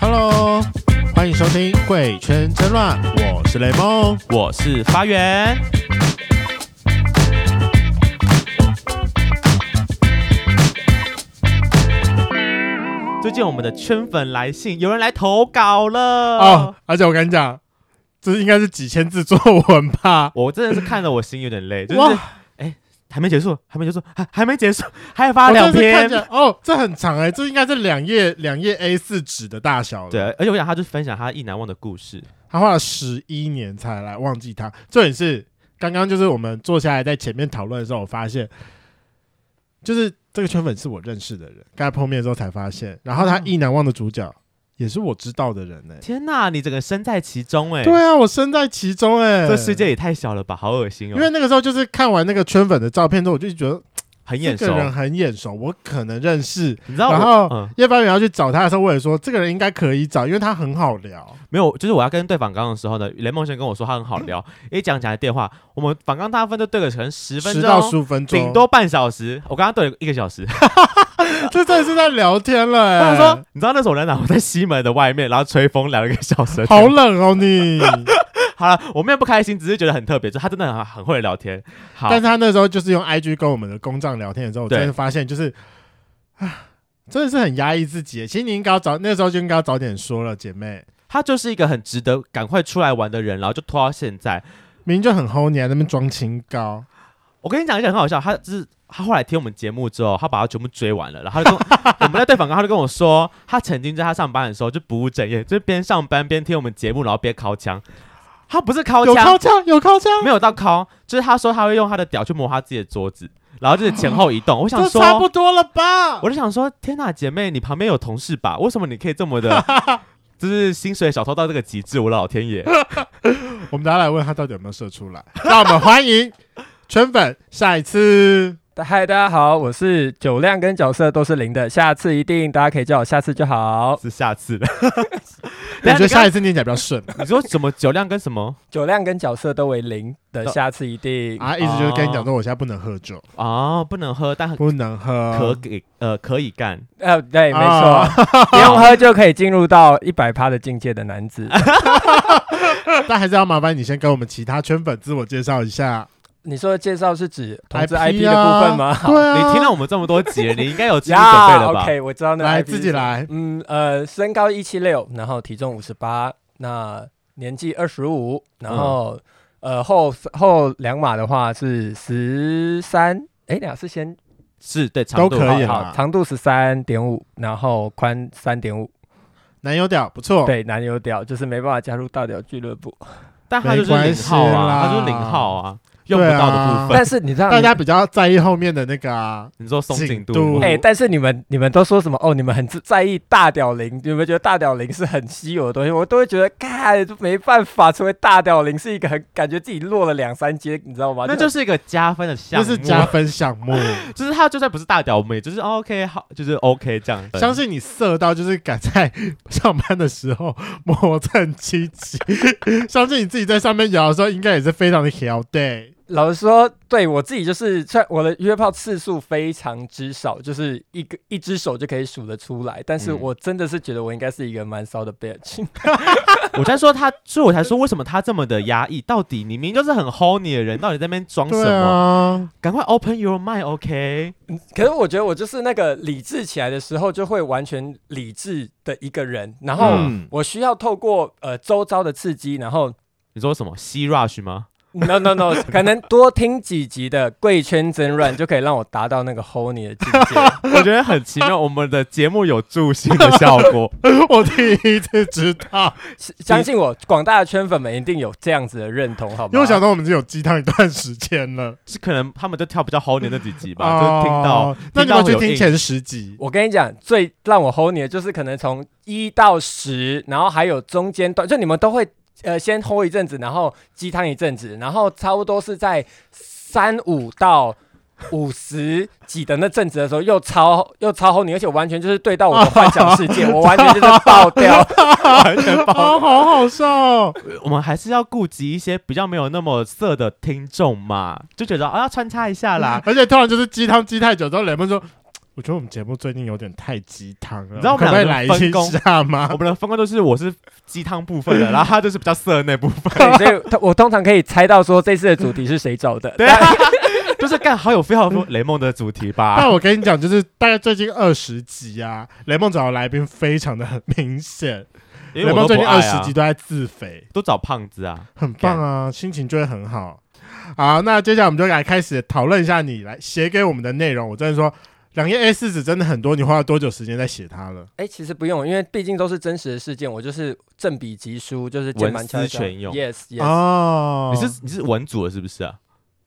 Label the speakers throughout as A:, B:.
A: Hello，欢迎收听《贵圈真乱》，我是雷梦。
B: 我是发源。最近我们的圈粉来信，有人来投稿了
A: 哦，而且我跟你讲，这应该是几千字作文吧？
B: 我真的是看得我心有点累，就是哎
A: 哇，
B: 还没结束，还没结束， 还还没结束，还发
A: 我
B: 两
A: 真的是看
B: 篇
A: 起。来哦，这很长哎、这应该是两页两页 A 四纸的大小了。
B: 对，，而且我想他就分享他意难忘的故事。
A: 他花了十一年才来忘记他。重点是，刚刚就是我们坐下来在前面讨论的时候，我发现，就是这个圈粉是我认识的人，刚才碰面的时候才发现。然后他
B: 嗯
A: 意难忘的主角也是我知道的人呢、欸
B: 天哪，你整个身在其中哎、
A: 对啊，我身在其中哎、
B: 这世界也太小了吧，好恶心哦、
A: 因为那个时候就是看完那个圈粉的照片之后，我就觉得
B: 很
A: 这
B: 眼熟
A: 个，人很眼熟，我可能认识。
B: 你知道我？
A: 然后
B: 嗯，
A: 叶凡远要去找他的时候，我也说这个人应该可以找，因为他很好聊。
B: 没有，就是我要跟对访刚的时候呢，雷梦先跟我说他很好 聊，一讲讲的电话，我们访刚大部分都对个可能十分
A: 十到十
B: 钟，
A: 五分钟，
B: 顶多半小时，我刚刚对了一个小时。
A: 这真的是在聊天了、欸。
B: 他说，你知道那时候我在哪？我在西门的外面，然后吹风聊了一个小时。
A: 好冷哦你。
B: 好了，我没有不开心，只是觉得很特别，就他真的很很会聊天。 好
A: 但，是他那时候就是用 IG 跟我们的公账聊天的时候，我
B: 对
A: 真的发现就是，啊，真的是很压抑自己耶。其实你应该要早那时候就应该要早点说了，姐妹，
B: 他就是一个很值得赶快出来玩的人，然后就拖到现在。
A: 明明就很齁，你还在那边装清高。
B: 我跟你讲一件很好笑，他就是他后来听我们节目之后，他把他全部追完了，然后他就跟我 我们在对访刚，他就跟我说，他曾经在他上班的时候就不务正业，就是边上班边听我们节目，然后边敲枪。他不是敲
A: 有
B: 枪
A: 靠，枪，有靠枪，
B: 没有到敲，就是他说他会用他的屌去摸他自己的桌子，然后就是前后移动。我想
A: 这
B: 说，
A: 差不多了吧？
B: 我就想说，天呐，姐妹，你旁边有同事吧？为什么你可以这么的， 就是薪水小偷到这个极致？我老天爷！
A: 我们大家来问他到底有没有射出来。让我们欢迎圈粉，下一次
C: 嗨，大家好，我是酒量跟角色都是零的，下次一定大家可以叫我下次就好。
B: 是下次 了。
A: 我
B: 等
A: 觉得
B: 一
A: 下一
B: 下你刚，
A: 次念起来比较顺啊
B: 你说什么酒量跟什么
C: 酒量跟角色都为零的，
B: 都
C: 下次一定。
A: 啊，意思就是跟你讲说我现在不能喝酒，
B: 哦，不能喝，但很
A: 不能喝，
B: 可给呃可以 干，
C: 呃，对，没
A: 啊
C: 错，不用喝就可以进入到一百趴的境界的男 子。
A: 但还是要麻烦你先跟我们其他圈粉自我介绍一下。
C: 你说的介绍是指同志 IP 的
A: 啊
C: 部 分吗？
A: 对啊，
B: 你听了我们这么多集了，你应该有 心理准备
C: 呀
B: 了吧？
C: ，OK，我知道那个
A: 来
C: IP
A: 自己。来，
C: 嗯，呃，身高一七六，然后体重五十八，那年纪二十五，然
A: 嗯
C: 后、呃后后两码的话是十三，哎，俩是先
B: 是对长度
A: 都可以啊
B: 好
A: 啦
C: 好，长度十三点五，然后宽三点五，
A: 男友屌不错，
C: 对，男友屌就是没办法加入大屌俱乐部。
B: 但他就是
A: 没关
B: 零
A: 系
B: 号啊，
A: 啦
B: 他就是零号啊，用
A: 对啊
B: 不到的部分。
C: 但是你知道
A: 大
C: 你，
A: 家比较在意后面的那个啊，
B: 你说松紧
A: 紧
B: 度
A: 度，
C: 哎、但是你们你们都说什么？哦，你们很自在意大屌零，你们觉得大屌零是很稀有的东西，我都会觉得，看没办法，成为大屌零是一个很感觉自己落了两三阶，你知道吗？
B: 那就是一个加分的项
A: 那
B: 目，
A: 是加分项目。
B: 就是他就算不是大屌，我们也就是哦 OK 好，就是 OK 这样。
A: 相信你色到就是敢在 上班的时候磨蹭积极，相信你自己在上面摇的时候应该也是非常的摇对。
C: 老实说，对我自己就是，虽然我的约炮次数非常之少，就是一个一只手就可以数得出来，但是
B: 嗯
C: 我真的是觉得我应该是一个蛮骚的 bitch。
B: 我在说他，所以我才说为什么他这么的压抑？到底你明明就是很 horny 的人，到底在那边装什
A: 对
B: 么？
A: 啊，
B: 赶快 open your mind，OK？、
C: 可是我觉得我就是那个理智起来的时候，就会完全理智的一个人。然后
A: 嗯
C: 我需要透过呃周遭的刺激，然后
B: 你说什么？C rush 吗？
C: no no no，可能多听几集的贵圈真乱，就可以让我达到那个 honey 的境界。
B: 我觉得很奇妙，我们的节目有助兴的效果。
A: 我第一次知道，
C: 相信我，广大的圈粉们一定有这样子的认同，好吗？
A: 因为我想到我们已经有鸡汤一段时间了
B: 是可能他们就跳比较猴年那几集吧，
A: 哦
B: 就是听到。
A: 那你们去
B: 听到有
A: 听
B: 印
A: 前十集，
C: 我跟你讲，最让我 hold 你的就是可能从一到十，然后还有中间段，就你们都会呃先 hold 一阵子，然后鸡汤一阵子，然后差不多是在三五到五十几的那阵子的时候，又超又超后你，而且完全就是对到我的幻想世界，我完全就是爆掉。
A: 哦，好好笑哦！
B: 我们还是要顾及一些比较没有那么色的听众嘛，就觉得啊要穿插一下啦。
A: 而且突然就是鸡汤鸡太久之后，雷梦说：“我觉得我们节目最近有点太鸡汤了，
B: 你知道
A: 我
B: 我
A: 们可
B: 们
A: 不可以来
B: 两
A: 一
B: 个分工
A: 下吗
B: 我们的风格都是我是鸡汤部分的，然后他就是比较色的那部分，
C: 对，所以他我通常可以猜到说这次的主题是谁找的。
B: 对啊， 就是干好有非常多雷梦的主题？”吧。
A: 但我跟你讲，就是大概最近二十集啊，雷梦找的来宾非常的很明显，
B: 因
A: 雷
B: 为我
A: 梦
B: 都
A: 最
B: 不
A: 近二
B: 爱
A: 十
B: 啊
A: 集，都在自肥，
B: 都找胖子啊。
A: 很棒啊，心情就会很好。好，那接下来我们就来开始讨论一下你来写给我们的内容。我真的说，两页 A 四纸真的很多，你花了多久时间在写它了？
C: 哎、其实不用，因为毕竟都是真实的事件，我就是正笔疾书，就是键盘敲一敲
B: 文思泉涌
C: Yes Yes，、
A: 哦，
B: 你是你是文组的，是不是啊？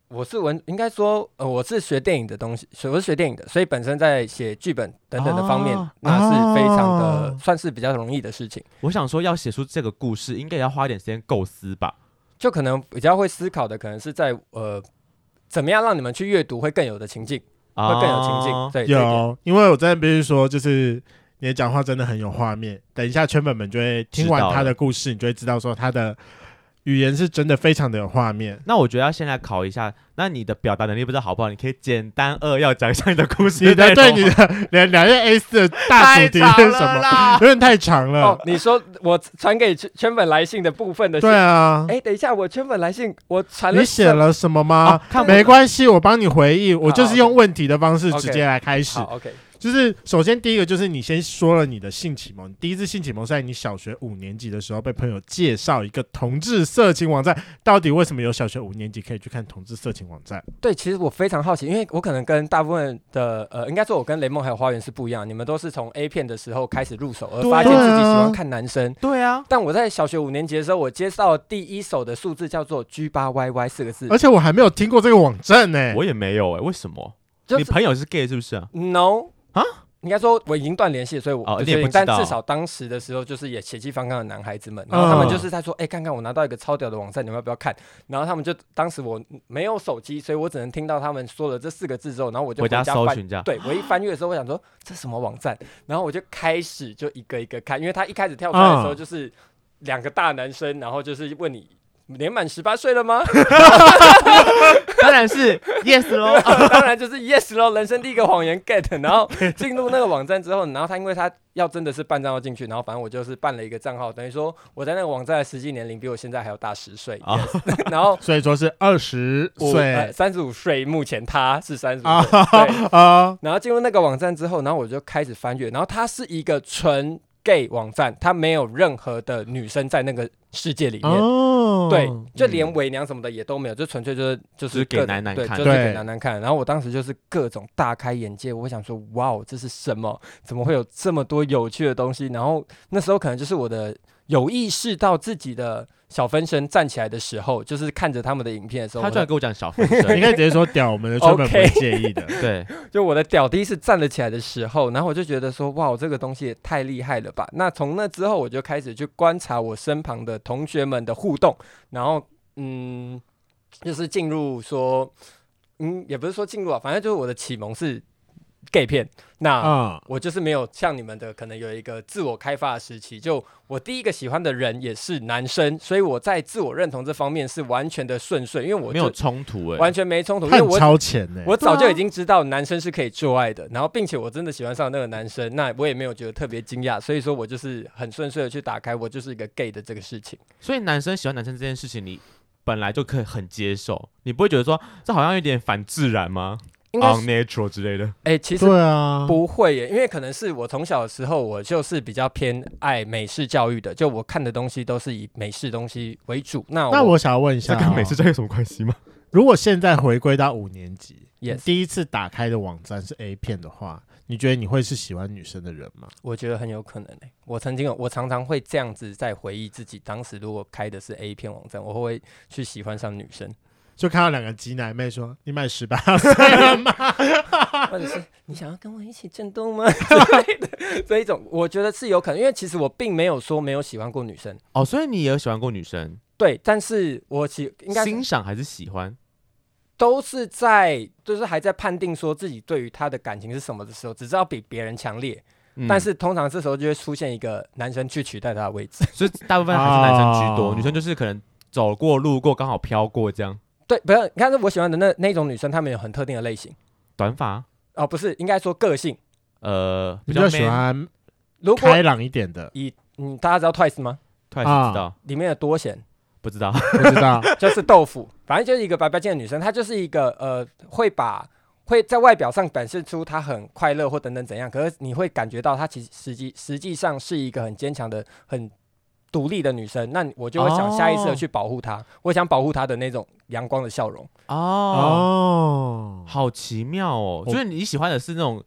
C: 我是文，应该说呃，我是学电影的东西，所以我是学电影的，所以本身在写剧本等等的方面，
B: 哦
C: 那是非常的、
A: 哦
C: 算是比较容易的事情，
B: 我想说，要写出这个故事，应该也要花一点时间构思吧。
C: 就可能比较会思考的，可能是在呃。怎么样让你们去阅读会更有的情境，会更有情境？
B: 啊
C: 对，这一点
A: 有，因为我真的必须说，就是你的讲话真的很有画面。等一下，圈粉们就会听
B: 知
A: 完
B: 道
A: 他的
B: 了
A: 故事，你就会知道说他的语言是真的非常的有画 面。
B: 那我觉得要先来考一下，那你的表达能力不知道好不好？你可以简单扼要讲一下你的故事
A: 你的
B: 内
A: 对
B: 容
A: 你
B: 吗
A: 的两两页 A 四的大主
B: 太
A: 题
B: 长
A: 是什
B: 了
A: 么？
B: 啦
A: 有点太长了。
C: 哦，你说我传给圈圈粉来信的部分的是，
A: 对啊，
C: 哎、等一下，我圈粉来信，我传了
A: 你写
C: 什么
A: 了什么吗
B: 哦？看
A: 没关系，我帮你回忆。我就是
C: 好
A: 用问题的方式
C: OK
A: 直接来开始
C: 好。，OK，
A: 就是首先第一个就是你先说了你的性启蒙，你第一次性启蒙是在你小学五年级的时候被朋友介绍一个同志色情网站，到底为什么有小学五年级可以去看同志色情网站？
C: 对，其实我非常好奇，因为我可能跟大部分的呃，应该说我跟雷梦还有花园是不一样，你们都是从 A 片的时候开始入手，而
B: 对
C: 发现自己喜
A: 啊
C: 欢看男生。
B: 对啊，
C: 但我在小学五年级的时候，我接到第一手的数字叫做 G 八 YY 四个字
A: 而，且我还没有听过这个网站呢、
B: 我也没有哎、为什么？
C: 就
B: 你
C: 是
B: 朋友是 gay 是不是啊？
C: No
B: 啊。
C: 应该说我已经断联系了，所以我
B: 哦
C: 就
B: 你也
C: 决定
B: 不知
C: 但
B: 道
C: 至少当时的时候，就是也血气方刚的男孩子们，然后他们
A: 嗯
C: 就是在说，哎、看看我拿到一个超屌的网站，你们要不要看？然后他们就当时我没有手机，所以我只能听到他们说了这四个字之后，然后我就
B: 回
C: 家
B: 家搜
C: 翻
B: 寻一 下。
C: 对我一翻阅的时候，我想说这什么网站，然后我就开始就一个一个看，因为他一开始跳出来的时候
A: 嗯
C: 就是两个大男生，然后就是问你年满十八岁了吗？
B: 当然是 yes 喽。
A: 哦
C: 当然就是 yes 咯，人生第一个谎言 get。然后进入那个网站之后，然后他因为他要真的是办账号进去，然后反正我就是办了一个账号，等于说我在那个网站的实际年龄比我现在还要大十岁
B: 啊
C: yes 然后
A: 所以说是二十
C: 我呃
A: 岁
C: 三十五岁，目前他是三十五
A: 啊
C: 岁，对。
A: 啊，
C: 然后进入那个网站之后，然后我就开始翻阅，然后它是一个纯 gay 网站，它没有任何的女生在那个世界里面。
A: 哦，
C: 对，就连伪娘什么的也都没有，就纯粹就是
B: 就
C: 就
B: 是
C: 是
B: 给
C: 各种
B: 男男
C: 对
B: 看
C: 就是
A: 对
C: 给男男看。然后我当时就是各种大开眼界，我想说，哇哦，这是什么？怎么会有这么多有趣的东西？然后那时候可能就是我的有意识到自己的小分身站起来的时候，就是看着他们的影片的时候，
B: 他
C: 我
B: 居然
C: 的
B: 跟我讲小分
A: 你
B: 身，
A: 可以直接说屌，我们的专门不会
C: OK
A: 介 意的。
B: 对，
C: 就我的屌第一次站了起来的时候，然后我就觉得说，哇，这个东西也太厉害了吧！那从那之后，我就开始去观察我身旁的同学们的互动，然后嗯，就是进入说，嗯，也不是说进入啊，反正就是我的启蒙是 gay 片。那、
A: 啊，
C: 我就是没有像你们的，可能有一个自我开发的时期。就我第一个喜欢的人也是男生，所以我在自我认同这方面是完全的顺遂，因为我
B: 没有
C: 就
B: 冲突哎、
C: 完全没冲突，因
A: 他
C: 为
A: 很
C: 我
A: 超前呢、
C: 我早就已经知道男生是可以做爱的，然后并且我真的喜欢上那个男生，那我也没有觉得特别惊讶，所以说我就是很顺遂的去打开我就是一个 gay 的这个事情。
B: 所以男生喜欢男生这件事情，你本来就可以很接受，你不会觉得说这好像有点反自然吗
C: 应该是，
B: ？unnatural 之类的。
C: 哎、哦其实
A: 对啊，
C: 不会耶，因为可能是我从小的时候，我就是比较偏爱美式教育的，就我看的东西都是以美式东西为主。那我
A: 那我想要问一
C: 啊
A: 下、
B: 这跟美式
A: 哦，
B: 这有什么关系吗？
A: 如果现在回归到五年级，你
C: yes，
A: 第一次打开的网站是 A 片的话，你觉得你会是喜欢女生的人吗？
C: 我觉得很有可能诶、我曾经有，我常常会这样子在回忆自己当时如果开的是 A 片网站，我会不会去喜欢上女生，
A: 就看到两个挤奶妹说：“你满十八岁了吗
C: 或者是你想要跟我一起震动吗 之类的这一种，我觉得是有可能，因为其实我并没有说没有喜欢过女生，
B: 哦，所以你也有喜欢过女生，
C: 对，但是我喜应该是
B: 欣赏还是喜欢？
C: 都是在就是还在判定说自己对于他的感情是什么的时候，只知道比别人强烈，
B: 嗯
C: 但是通常这时候就会出现一个男生去取代他的位置。
B: 所以大部分还是男生居
C: 啊
B: 多，
A: 哦
B: 女生就是可能走过路过刚好飘过这样。
C: 对，不要你看，我喜欢的那那种女生，她们有很特定的类型
B: 短发，
C: 哦，不是，应该说个性。
B: 呃，
A: 比
B: 较
A: 较喜
B: man，
A: 欢
C: 如果
A: 开朗一点的，
C: 嗯，大家知道 Twice 吗？
B: 突
A: 啊
B: 然知道
C: 里面有多贤，
B: 不知道？
A: 不知道
C: 就是豆腐，反正就是一个白白净的女生，她就是一个呃，会把会在外表上表现出她很快乐或等等怎样，可是你会感觉到她其实实际实际上是一个很坚强的、很独立的女生，那我就会想
B: 哦
C: 下意识的去保护她，我想保护她的那种阳光的笑容。
B: 哦，
A: 哦。
B: 好奇妙哦！
A: 我
B: 就是你喜欢的是那种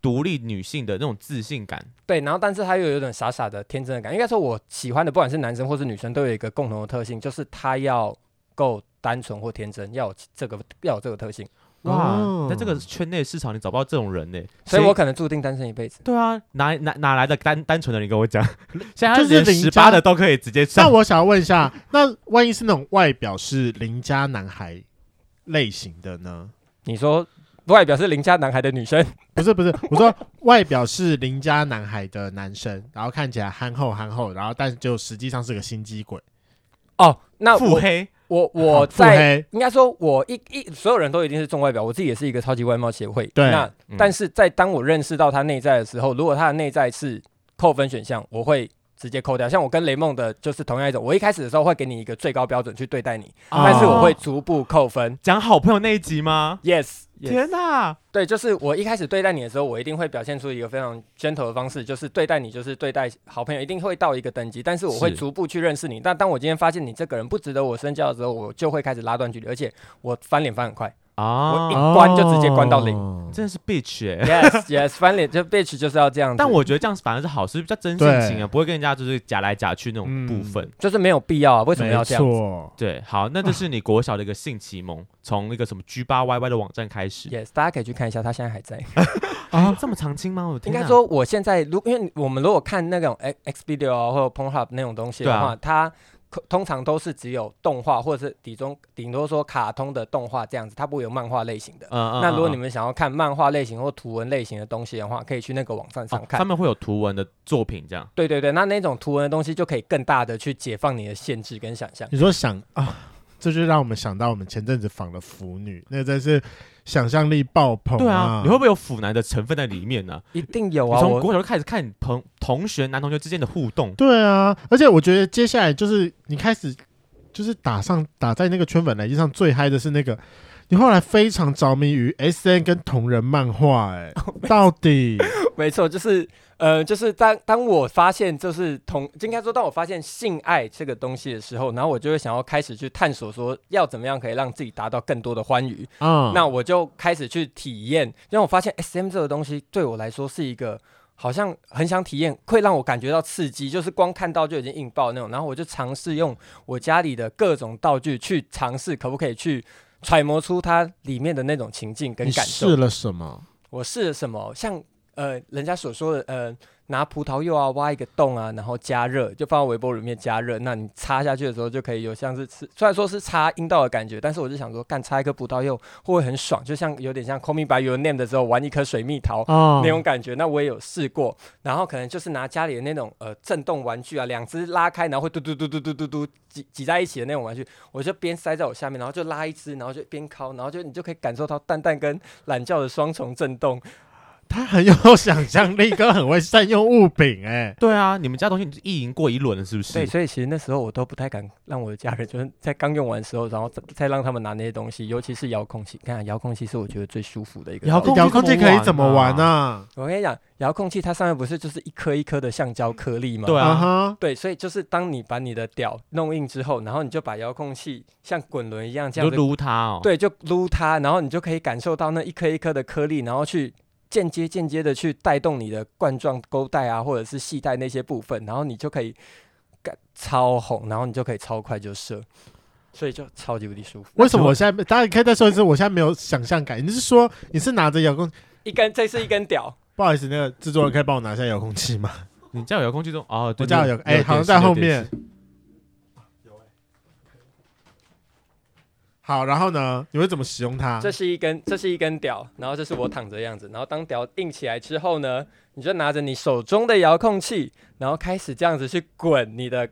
B: 独立女性的那种自信感，
C: 对，然后但是她又有点傻傻的天真的感觉，应该说我喜欢的不管是男生或是女生，都有一个共同的特性，就是她要够单纯或天真，要有这个要有这个特性，
B: 哇
A: 哦！
B: 在这个圈内市场你找不到这种人呢，
C: 所以我
B: 谁
C: 可能注定单身一辈子。
B: 对啊，哪哪哪来的单单纯的？你跟 我讲，现在
A: 就是
B: 连
A: 邻
B: 十
A: 家
B: 八的都可以直接
A: 那
B: 上，
A: 我想要问一下，那万一是那种外表是邻家男孩类型的呢？
C: 你说外表是邻家男孩的女生，
A: 不是不是，我说外表是邻家男孩的男生，然后看起来憨厚憨厚，然后但就实际上是个心机鬼，
C: 哦，那
B: 腹
C: 我
B: 黑
C: 我我
A: 腹
C: 在
A: 黑，
C: 应该说，我一一所有人都一定是重外表，我自己也是一个超级外貌协会。
A: 对
C: 那、
B: 嗯
C: 但是在当我认识到他内在的时候，如果他的内在是扣分选项，我会。直接扣掉，像我跟雷梦的就是同样一种。我一开始的时候会给你一个最高标准去对待你，
A: 哦
C: 但是我
B: 啊
C: 会逐步扣分。
B: 嗯讲好朋友那一集吗？
C: Yes，,
B: 天哪！
C: 对，就是我一开始对待你的时候，我一定会表现出一个非常 gentle 的方式，就是对待你，就是对待好朋友，一定会到一个等级，但是我会
B: 是
C: 逐步去认识你。但当我今天发现你这个人不值得我深交的时候，我就会开始拉断距离，而且我翻脸翻很快。我
B: 啊，
C: 一关就直接关
A: 哦
C: 到零
A: 零
B: 真的是 bitch 哎、
C: yes yes，翻脸就 bitch 就是要这样子，
B: 但我觉得这样反而是好事，比较真性情啊，不会跟人家就是夹来夹去那种
A: 嗯
B: 部分。
C: 就是没有必要啊，为什么要
A: 没
C: 这样子
A: 错，
B: 对，好，那这是你国小的一个性 启蒙，从那个什么 G 八 YY 的网站开始
C: ？Yes，大家可以去看一下，他现在还在。
B: 啊，这么长青吗？我
C: 应
B: 天哪
C: 该说，我现在如因为我们如果看那种 X X video 啊或者 Pornhub 那种东西的
B: 对
C: 话，
B: 啊
C: 它可通常都是只有动画或者是底中顶多说卡通的动画这样子，它不会有漫画类型的。
B: 嗯嗯，
C: 那如果你
B: 们
C: 们想要看漫画类型或图文类型的东西的话，可以去那个网站上看。
B: 上哦面会有图文的作品这样，
C: 对对对，那那种图文的东西就可以更大的去解放你的限制跟想象。
A: 你说想啊，这就让我们想到我们前阵子访的腐女，那真是想象力爆棚、
B: 对啊
A: 啊，，
B: 你会不会有腐男的成分在里面呢、
C: 一定有
B: 你
C: 啊，
B: 从
C: 我
B: 国小就开始看你朋同学男同学之间的互动，
A: 对啊，而且我觉得接下来就是你开始就是打上打在那个圈粉来机上最嗨的是那个，你后来非常着迷于 S N 跟同人漫画、 哎、
C: 哦
A: 到底
C: 没错，就是呃，就是当当我发现就是同应该说，当我发现性爱这个东西的时候，然后我就会想要开始去探索，说要怎么样可以让自己达到更多的欢愉。
A: 啊，
C: 那我就开始去体验，让我发现哎 S M 这个东西对我来说是一个。好像很想体验，会让我感觉到刺激，就是光看到就已经引爆那种。然后我就尝试用我家里的各种道具去尝试，可不可以去揣摩出它里面的那种情境跟
A: 你
C: 感受。
A: 试了什么？
C: 我试了什么？像呃，人家所说的呃，拿葡萄柚啊挖一个洞啊，然后加热，就放到微波炉里面加热。那你插下去的时候就可以有像是吃，虽然说是插阴道的感觉，但是我就想说，干插一颗葡萄柚会不会很爽？就像有点像《Call Me by Your Name》的时候玩一颗水蜜桃。
A: 哦
C: 那种感觉，那我也有试过，然后可能就是拿家里的那种呃震动玩具啊，两只拉开，然后会嘟嘟嘟嘟嘟嘟嘟挤挤在一起的那种玩具，我就边塞在我下面，然后就拉一只，然后就边敲，然后就你就可以感受到蛋蛋跟懒觉的双重震动，
A: 他很有想象力，跟很会善用物品、 哎，
B: 对啊，你们家东西你意淫过一轮了是不是？
C: 对，所以其实那时候我都不太敢让我的家人，就是在刚用完的时候，然后再再让他们拿那些东西，尤其是遥控器。看遥控器是我觉得最舒服的一个
B: 遥
C: 道具。
B: 控器
A: 遥控器可以
B: 怎
A: 怎
B: 么
A: 么
B: 玩
A: 玩
B: 啊
A: 呢、
C: 我跟你讲，遥控器它上面不是就是一颗一颗的橡胶颗粒吗？
B: 对啊
A: 啊哈，
C: 对所以就是当你把你的屌弄硬之后，然后你就把遥控器像滚轮一样这
B: 你就
C: 样子，
B: 撸他哦，，
C: 对，就撸它，然后你就可以感受到那一颗一颗的颗粒，然后去。间接间接的去带动你的冠状沟带啊，或者是系带那些部分，然后你就可以干超红，然后你就可以超快就射，所以就超级无敌舒服。
A: 为什么我现在大家可以再说一次？我现在没有想象感。你是说你是拿着遥控？
C: 一根这是一根屌，
A: 不好意思，那个制作人可以帮我拿下遥控器吗？
B: 你家有遥控器中哦，对
A: 我家
B: 你
A: 有遥，哎、
B: 电
A: 好像
B: 视
A: 在
B: 有
A: 后
B: 电视
A: 面。好，然后呢，你会怎么使用它？
C: 这是一根，这是一根屌，然后这是我躺着的样子，然后当屌硬起来之后呢，你就拿着你手中的遥控器，然后开始这样子去滚你的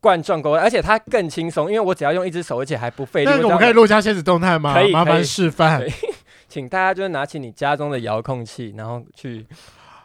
C: 冠状沟，而且它更轻松，因为我只要用一只手，而且还不费力。
A: 那个我们
C: 这
A: 可以
C: 样
A: 录下现实动态吗
C: 可？以
A: 麻
C: 可
A: 烦
C: 以
A: 示范
C: 可以。请大家就是拿起你家中的遥控器，然后去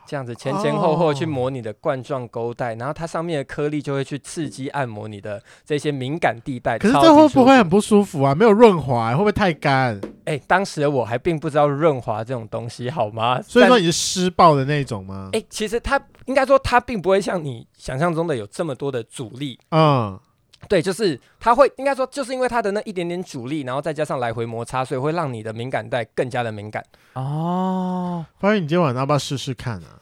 C: 这样子前前后后去
A: 哦
C: 磨你的冠状沟带，然后它上面的颗粒就会去刺激按摩你的这些敏感地带。
A: 可是
C: 超
A: 这
C: 级
A: 会
C: 舒
A: 不会
C: 服
A: 很不舒服啊？没有润滑、会不会太干？
C: 哎、当时的我还并不知道润滑这种东西，好吗？
A: 所以
C: 但
A: 说你是施暴的那种吗？
C: 哎、其实它应该说它并不会像你想象中的有这么多的阻力，
A: 嗯，
C: 对，就是它会应该说就是因为它的那一点点阻力，然后再加上来回摩擦，所以会让你的敏感带更加的敏感。
B: 哦，
A: 发现你今天晚上要不要试试看啊？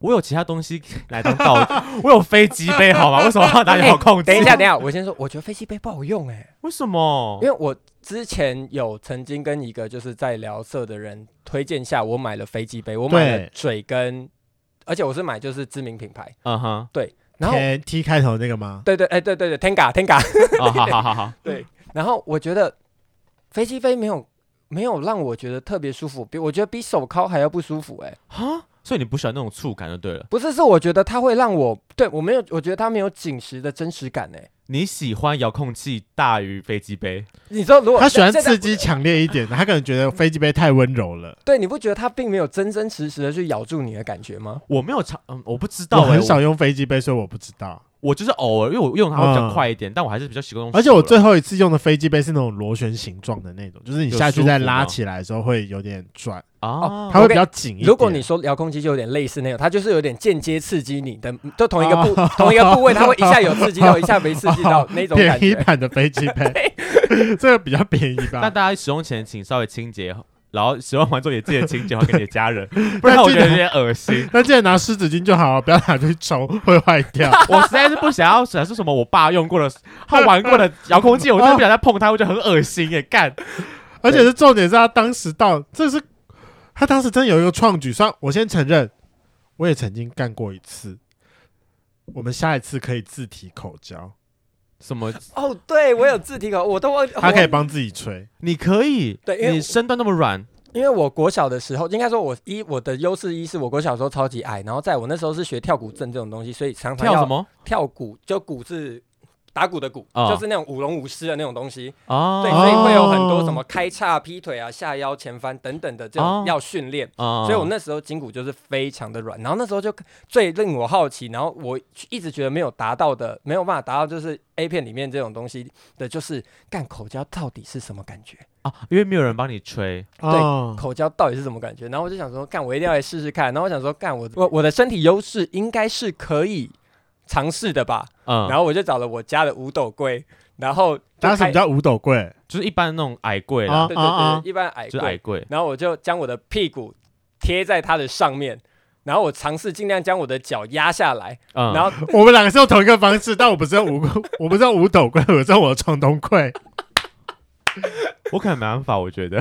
B: 我有其他东西 来当道具， 我有飞机杯好 吗？为什么要拿遥控器？
C: 哎等一下，等一哦下，我先说，我觉得飞机杯不好用哎、
B: 为什么
C: 因？为我之前有曾经跟一个就是在聊色的人推荐下，我买了飞机杯，我买了
A: 对
C: 嘴跟，而且我是买就是知名品牌，
B: 嗯哼，
C: 然后
A: T- T 开头那个吗？
C: 对对哎、对对对，Tenga Tenga，
B: 哦，好好好 好，
C: 对，然后我觉得飞机飞没有没有让我觉得特别舒服，比我觉得比手铐还要不舒服哎、
B: 哈，所以你不喜欢那种触感就对了，
C: 不是是我觉得它会让我对我没有，我觉得它没有紧实的真实感哎、
B: 你喜欢遥控器大于飞机杯，
C: 你知道如果
A: 他喜欢
C: 现在
A: 刺激强烈一点的，他可能觉得飞机杯太温柔了。
C: 对，你不觉得它并没有真真实实的去咬住你的感觉吗？
B: 我没有尝，嗯，我不知道、
A: 我
B: 欸，
A: 很少用飞机杯，所以我不知道。
B: 我，我就是偶尔，因为我用它会比较
A: 嗯
B: 快一点，但我还是比较习惯用手了。
A: 而且我最后一次用的飞机杯是那种螺旋形状的那种，就是你
B: 有
A: 下去
B: 舒
A: 再
B: 服
A: 拉
B: 吗
A: 起来的时候会有点转，
B: 啊，
A: 它会
C: OK，
A: 比较紧一点。
C: 如果你说遥控器就有点类似那种，它就是有点间接刺激你的，就同一个部、同一个部位，它会一下有刺激到，一下没刺激到那种感
A: 便宜
C: 觉。
A: 版的飞机杯， 这个比较便宜
B: 那
A: 吧？
B: 大家使用前请稍微清洁，然后使用完之后也记得清洁好给你的 家人，不然我觉得有点恶心。
A: 那记得拿湿纸巾就好了，不要拿去抽，会坏掉。
B: 我实在是不想要，想是什么我爸用过的、他玩过的遥控器，我真的不想再碰它，我觉得很恶心耶！干，
A: 而且是重点是他当时到，这是他当时真的有一个创举。虽然我先承认，我也曾经干过一次。我们下一次可以自提口
B: 哦
A: 交，
B: 什么？
C: 哦，对我有自体口，我都忘。
A: 他可以
C: 我
A: 帮自己吹。
B: 你可以，
C: 对因为
B: 你身段那么软，
C: 因为我国小的时候，应该说我一我的优势一是我国小的时候超级矮，然后在我那时候是学跳古阵这种东西，所以常常
B: 跳
C: 要
B: 什么
C: 跳鼓，就鼓是打鼓的鼓，
B: 哦
C: 就是那种舞龙舞狮的那种东西。
B: 啊？
C: 对，
A: 哦
C: 所以会有很多什么开叉、劈腿啊、下腰、前翻等等的这
B: 哦
C: 种要训练。
B: 啊
C: 所以我那时候筋骨就是非常的软，然后那时候就最令我好奇，然后我一直觉得没有达到的，没有办法达到，就是 A 片里面这种东西的，就是干口交到底是什么感觉？
B: 啊，因为没有人帮你吹，
A: 哦，
C: 口交到底是什么感觉？然后我就想说，干，我一定要来试试看。然后我想说，干，我我我的身体优势应该是可以尝试的吧。
B: 嗯，后
C: 然后我就找了我家的五斗柜，然后就
A: 当时
C: 开
A: 比较五斗柜
B: 就是一般那种矮柜
A: 啊
B: 啦，
C: 对对
A: 啊
C: 对，一般矮
B: 就是矮
C: 柜。
B: 柜，
C: 然后我就将我的屁股贴在它的上面，然后我尝试尽量将我的脚压下来，
B: 嗯，
C: 然后
A: 我们两个是用同一个方式，但我不是用五， 我不是用五斗柜，我是用我的床头柜。
B: 我可能没办法，我觉得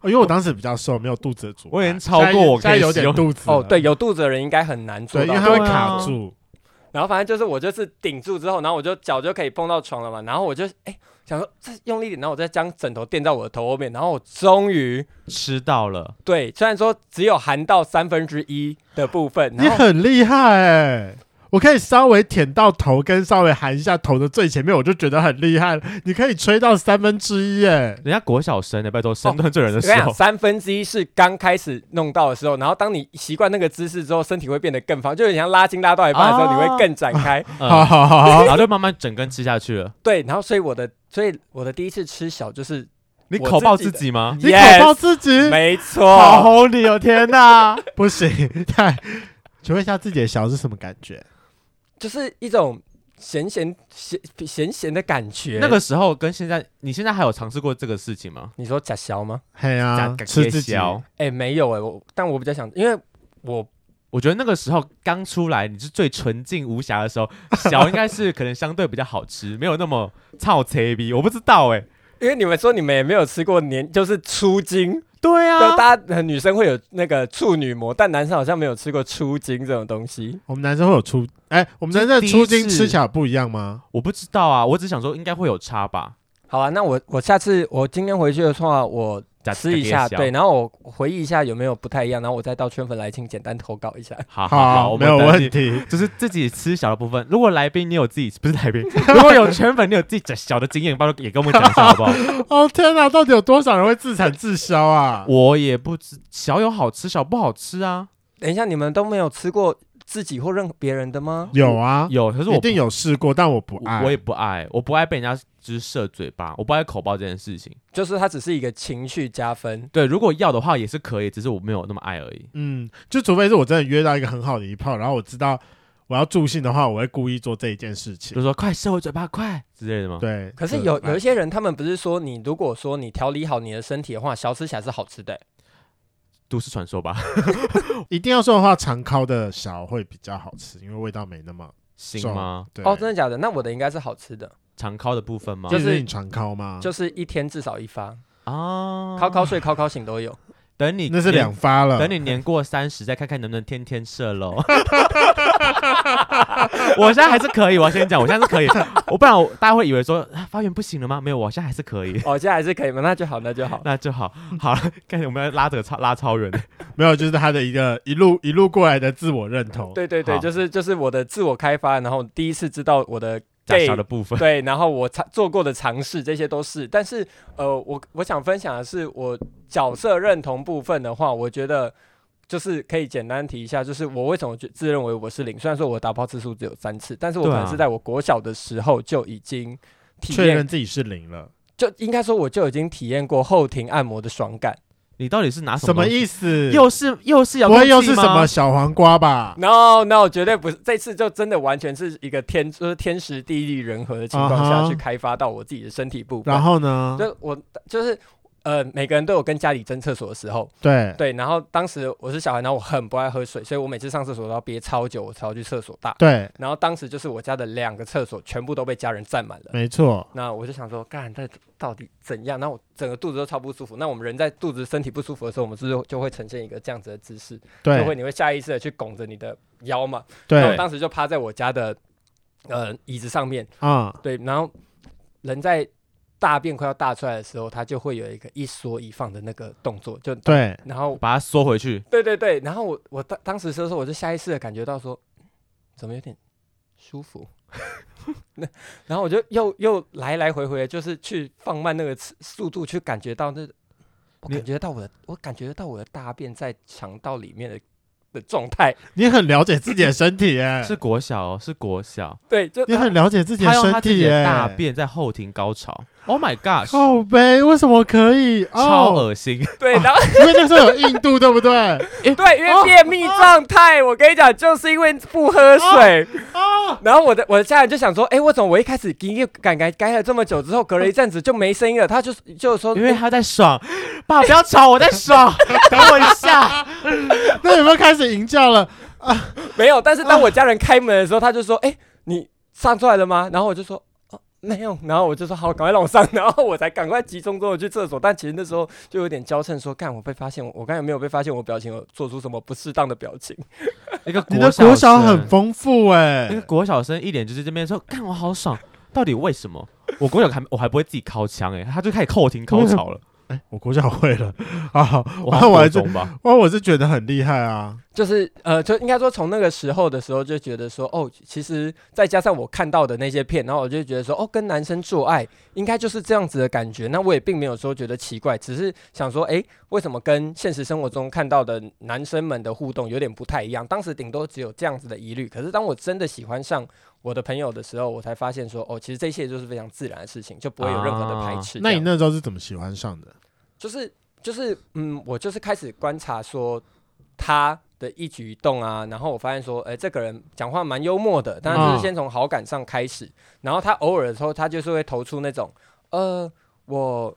A: 哦因为我当时比较瘦，没有肚子的阻碍。
B: 我已经超过我可
A: 现
B: 以
A: 在有
B: 使
A: 点
B: 用
A: 肚子了
C: 哦，对，有肚子的人应该很难做
A: 嗯对，因
C: 到
A: 为它会
B: 对啊
A: 卡住。
C: 然后反正就是我就是顶住之后，然后我就脚就可以碰到床了嘛，然后我就哎想说再用力点，然后我再将枕头垫在我的头后面，然后我终于
B: 吃到了。
C: 对，虽然说只有含到三分之一的部分，
A: 你
C: 然后
A: 很厉害哎、我可以稍微舔到头，跟稍微含一下头的最前面，我就觉得很厉害了。你可以吹到三分之一哎，
B: 人家国小生的，拜托深蹲罪人的
C: 我
B: 时
C: 跟你
B: 候
C: 讲，，三分之一是刚开始弄到的时候，然后当你习惯那个姿势之后，身体会变得更方，就有点像拉筋拉到一半的时候，
B: 啊
C: 你会更展开。
B: 嗯
A: 好好好好，
B: 然后就慢慢整根吃下去了。
C: 对，然后所以我的，所以我的第一次吃小就是，
B: 你
C: 我
B: 口爆
C: 自己
B: 自
C: 的
B: 己吗？
A: 你
C: Yes，
A: 口爆自己
C: 没
B: 嗯好
C: 错，
B: 好你哦，天哪！
A: 不行，太。请问一下自己的小是什么感觉？
C: 就是一种咸咸咸咸咸的感觉。
B: 那个时候跟现在，你现在还有尝试过这个事情吗？
C: 你说假小吗？
A: 嘿啊，
B: 假
A: 吃自己，
B: 假
C: 哎、没有哎、我但我比较想，因为我
B: 我觉得那个时候刚出来，你是最纯净无瑕的时候，小应该是可能相对比较好吃，没有那么操切逼。我不知道哎、
C: 因为你们说你们也没有吃过年，就是粗精，
B: 对
C: 就
B: 啊，
C: 大家、呃女生会有那个处女膜，但男生好像没有吃过粗精这种东西。
A: 我们男生会有出，哎、我们男生的
B: 这第一
A: 出精
B: 次
A: 吃起来不一样吗？
B: 我不知道啊，我只想说应该会有差吧。
C: 好啊，那我我下次我今天回去的话，我
B: 假
C: 吃一下，对，，然后我回忆一下有没有不太一样，然后我再到圈粉来请简单投稿一下。
B: 好嗯好好，
A: 好，
B: 我
A: 没
B: 们
A: 有
B: 等
A: 问
B: 你。
A: 题。
B: 就是自己吃小的部分，如果来宾你有自己不是来 宾，如果有圈粉你有自己小的经验，帮也跟我们讲一下好 不好？
A: 哦天哪，到底有多少人会自产自销啊？
B: 我也不知小有好吃，小不好吃啊，
C: 等一下，你们都没有吃过自己或任何别人的吗？
A: 有啊，
B: 有，可是我
A: 一定有试过，但我不
B: 我
A: 爱。
B: 我也不爱，我不爱被人家就是射嘴巴，我不爱口爆这件事情。
C: 就是它只是一个情绪加分。
B: 对，如果要的话也是可以，只是我没有那么爱而已。
A: 嗯，就除非是我真的约到一个很好的一炮，然后我知道我要助兴的话，我会故意做这一件事
B: 就
A: 情。
B: 是说快射我嘴巴，快之类的吗？
A: 对，
C: 可是
A: 对啊
C: 有有一些人，他们不是说你如果说你调理好你的身体的话，小吃起来是好吃的欸、
B: 都市传说吧，
A: 一定要说的话，长烤的小会比较好吃，因为味道没那么
B: 行吗？
A: 对。
C: 哦，真的假的？那我的应该是好吃的，
B: 长靠的部分吗
A: 就？
C: 就是
A: 是你长烤吗？
C: 就是一天至少一发，
B: 啊，
C: 考考睡、考考醒都有。
B: 等你
A: 那是
B: 年
A: 两发了。
B: 等你年过三十再看看能不能天天射喽。 我现在还是可以，我要先讲，我现在是可以，我不然我大家会以为说、啊、发源不行了吗？没有，我现在还是可以，
C: 哦，现在还是可以吗？那就好，那就好。
B: 那就 好。好了，看我们要拉这个超拉超远的，
A: 没有，就是他的一个一路一路过来的自我认同。
C: 对对对，
B: 好
C: 就是就是我的自我开发，然后第一次知道我的
B: 假
C: gay
B: 小的部分。
C: 对，然后我尝做过的尝试，这些都是。但是，呃，我我想分享的是，我角色认同部分的话，我觉得就是可以简单提一下，就是我为什么觉自认为我是零。虽然说我打炮次数只有三次，但是我
B: 对
C: 可
B: 啊
C: 能是在我国小的时候就已经体
A: 确认
C: 验，
A: 自己是零了，
C: 就应该说我就已经体验过后庭按摩的爽感。
B: 你到底是拿
A: 什么
B: 么
A: 意
B: 思？
A: 思？
B: 又是又是遥
A: 不
B: 控器
A: 会
B: 吗
A: 又是什么？小黄瓜吧？
C: No No，绝对不是，这次就真的完全是一个天就是天时地利人和的情况
A: 啊哈
C: 下去开发到我自己的身体部分。
A: 然后呢？
C: 就我就是呃，每个人都有跟家里争厕所的时候，
A: 对，
C: 对。然后当时我是小孩，然后我很不爱喝水，所以我每次上厕所都要憋超久，我才要去厕所大。
A: 对，
C: 然后当时就是我家的两个厕所全部都被家人占满了。
A: 没错。
C: 那我就想说，干这到底怎样？那我整个肚子都超不舒服。那我们人在肚子身体不舒服的时候，我们是不是就会呈现一个这样子的姿势，就会
A: 对
C: 你会下意识的去拱着你的腰嘛。那我
A: 对
C: 当时就趴在我家的呃椅子上面，
A: 啊，
C: 对，然后人在大便快要大出来的时候，他就会有一个一缩一放的那个动作，就
A: 对，
C: 然后
B: 把它缩回去。
C: 对对对，然后我我当当时的时候，我就下意识的感觉到说，怎么有点舒服。 那然后我就又又来来回回，就是去放慢那个次速度，去感觉到那，我
B: 你
C: 感觉到我的，我感觉到我的大便在肠道里面的的状态。
A: 你很了解自己的身 体耶，
B: 是国小哦，是国小，
C: 对，就
A: 你很了解自己
B: 他用
A: 身
B: 他自
A: 体
B: 己
A: 耶。
B: 的大便在后庭高潮。Oh my god，
A: 靠背，为什么可以？
B: 超
A: 哦，
B: 恶心！
C: 对，然后
A: 因为那时候有印度，对不 对？
C: 对，因为便秘状态，我跟你讲，就是因为不喝水。然后我的我的家人就想说，哎、为什么我一开始给你改改改了这么久之后，隔了一阵子就没声音了？他就就是
A: 哦
C: 说，
B: 因为
C: 诶
B: 他在爽，爸不要吵，我在 爽，等我一下。
A: 那有没有开始营叫了？
C: 没有。但是当我家人开门的时候，他就说，哎、你上出来了吗？然后我就说。哦没有，然后我就说好，赶快让我上，然后我才赶快集中中的去厕所。但其实那时候就有点娇嗔，说干我被发现，我我刚才没有被发现，我表情有做出什么不适当的表情。
B: 一个
A: 你的
B: 小
A: 国小
B: 生
A: 很丰富
B: 那个
A: 哎，
B: 国小生一脸就是这边说，看我好爽，到底为什么？我国小还我还不会自己敲枪哎，他就开始扣停高 潮了，
A: 我国小会了啊，
B: 我
A: 我
B: 好像
A: 还
B: 国
A: 是
B: 中吧，
A: 哇，我是觉得很厉害啊。
C: 就是呃，就应该说从那个时候的时候就觉得说，哦，其实再加上我看到的那些片，然后我就觉得说，哦，跟男生做爱应该就是这样子的感觉。那我也并没有说觉得奇怪，只是想说，诶，为什么跟现实生活中看到的男生们的互动有点不太一样？当时顶多只有这样子的疑虑，可是当我真的喜欢上我的朋友的时候，我才发现说，哦，其实这一切就是非常自然的事情，就不会有任何的排斥这
A: 啊
C: 样。
A: 那你那时候是怎么喜欢上的？
C: 就是就是嗯，我就是开始观察说他的一举一动啊，然后我发现说，哎、这个人讲话蛮幽默的，但就是
A: 嗯
C: 先从好感上开始，然后他偶尔的时候，他就是会投出那种，呃，我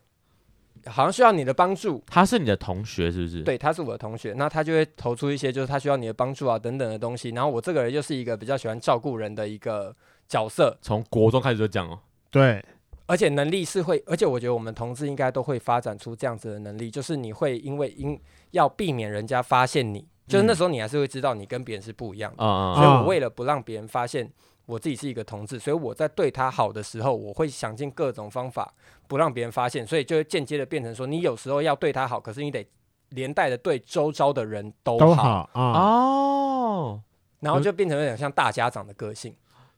C: 好像需要你的帮助。
B: 他是你的同学是不是？，
C: 对，他是我的同学，那他就会投出一些就是他需要你的帮助啊等等的东西。然后我这个人又是一个比较喜欢照顾人的一个角色，
B: 从国中开始就这样哦。
A: 对，
C: 而且能力是会，而且我觉得我们同志应该都会发展出这样子的能力，就是你会因为因要避免人家
B: 嗯
C: 发现你，就是那时候你还是会知道你跟别人是不一样的，
B: 啊啊
C: 所以
B: 啊！
A: 啊
C: 我为了不让别人发现。我自己是一个同志，所以我在对他好的时候，我会想尽各种方法不让别人发现，所以就会间接的变成说，你有时候要对他好，可是你得连带的对周遭的人都好，
A: 都好啊，
B: 哦，
C: 然后就变成有点像大家长的个性。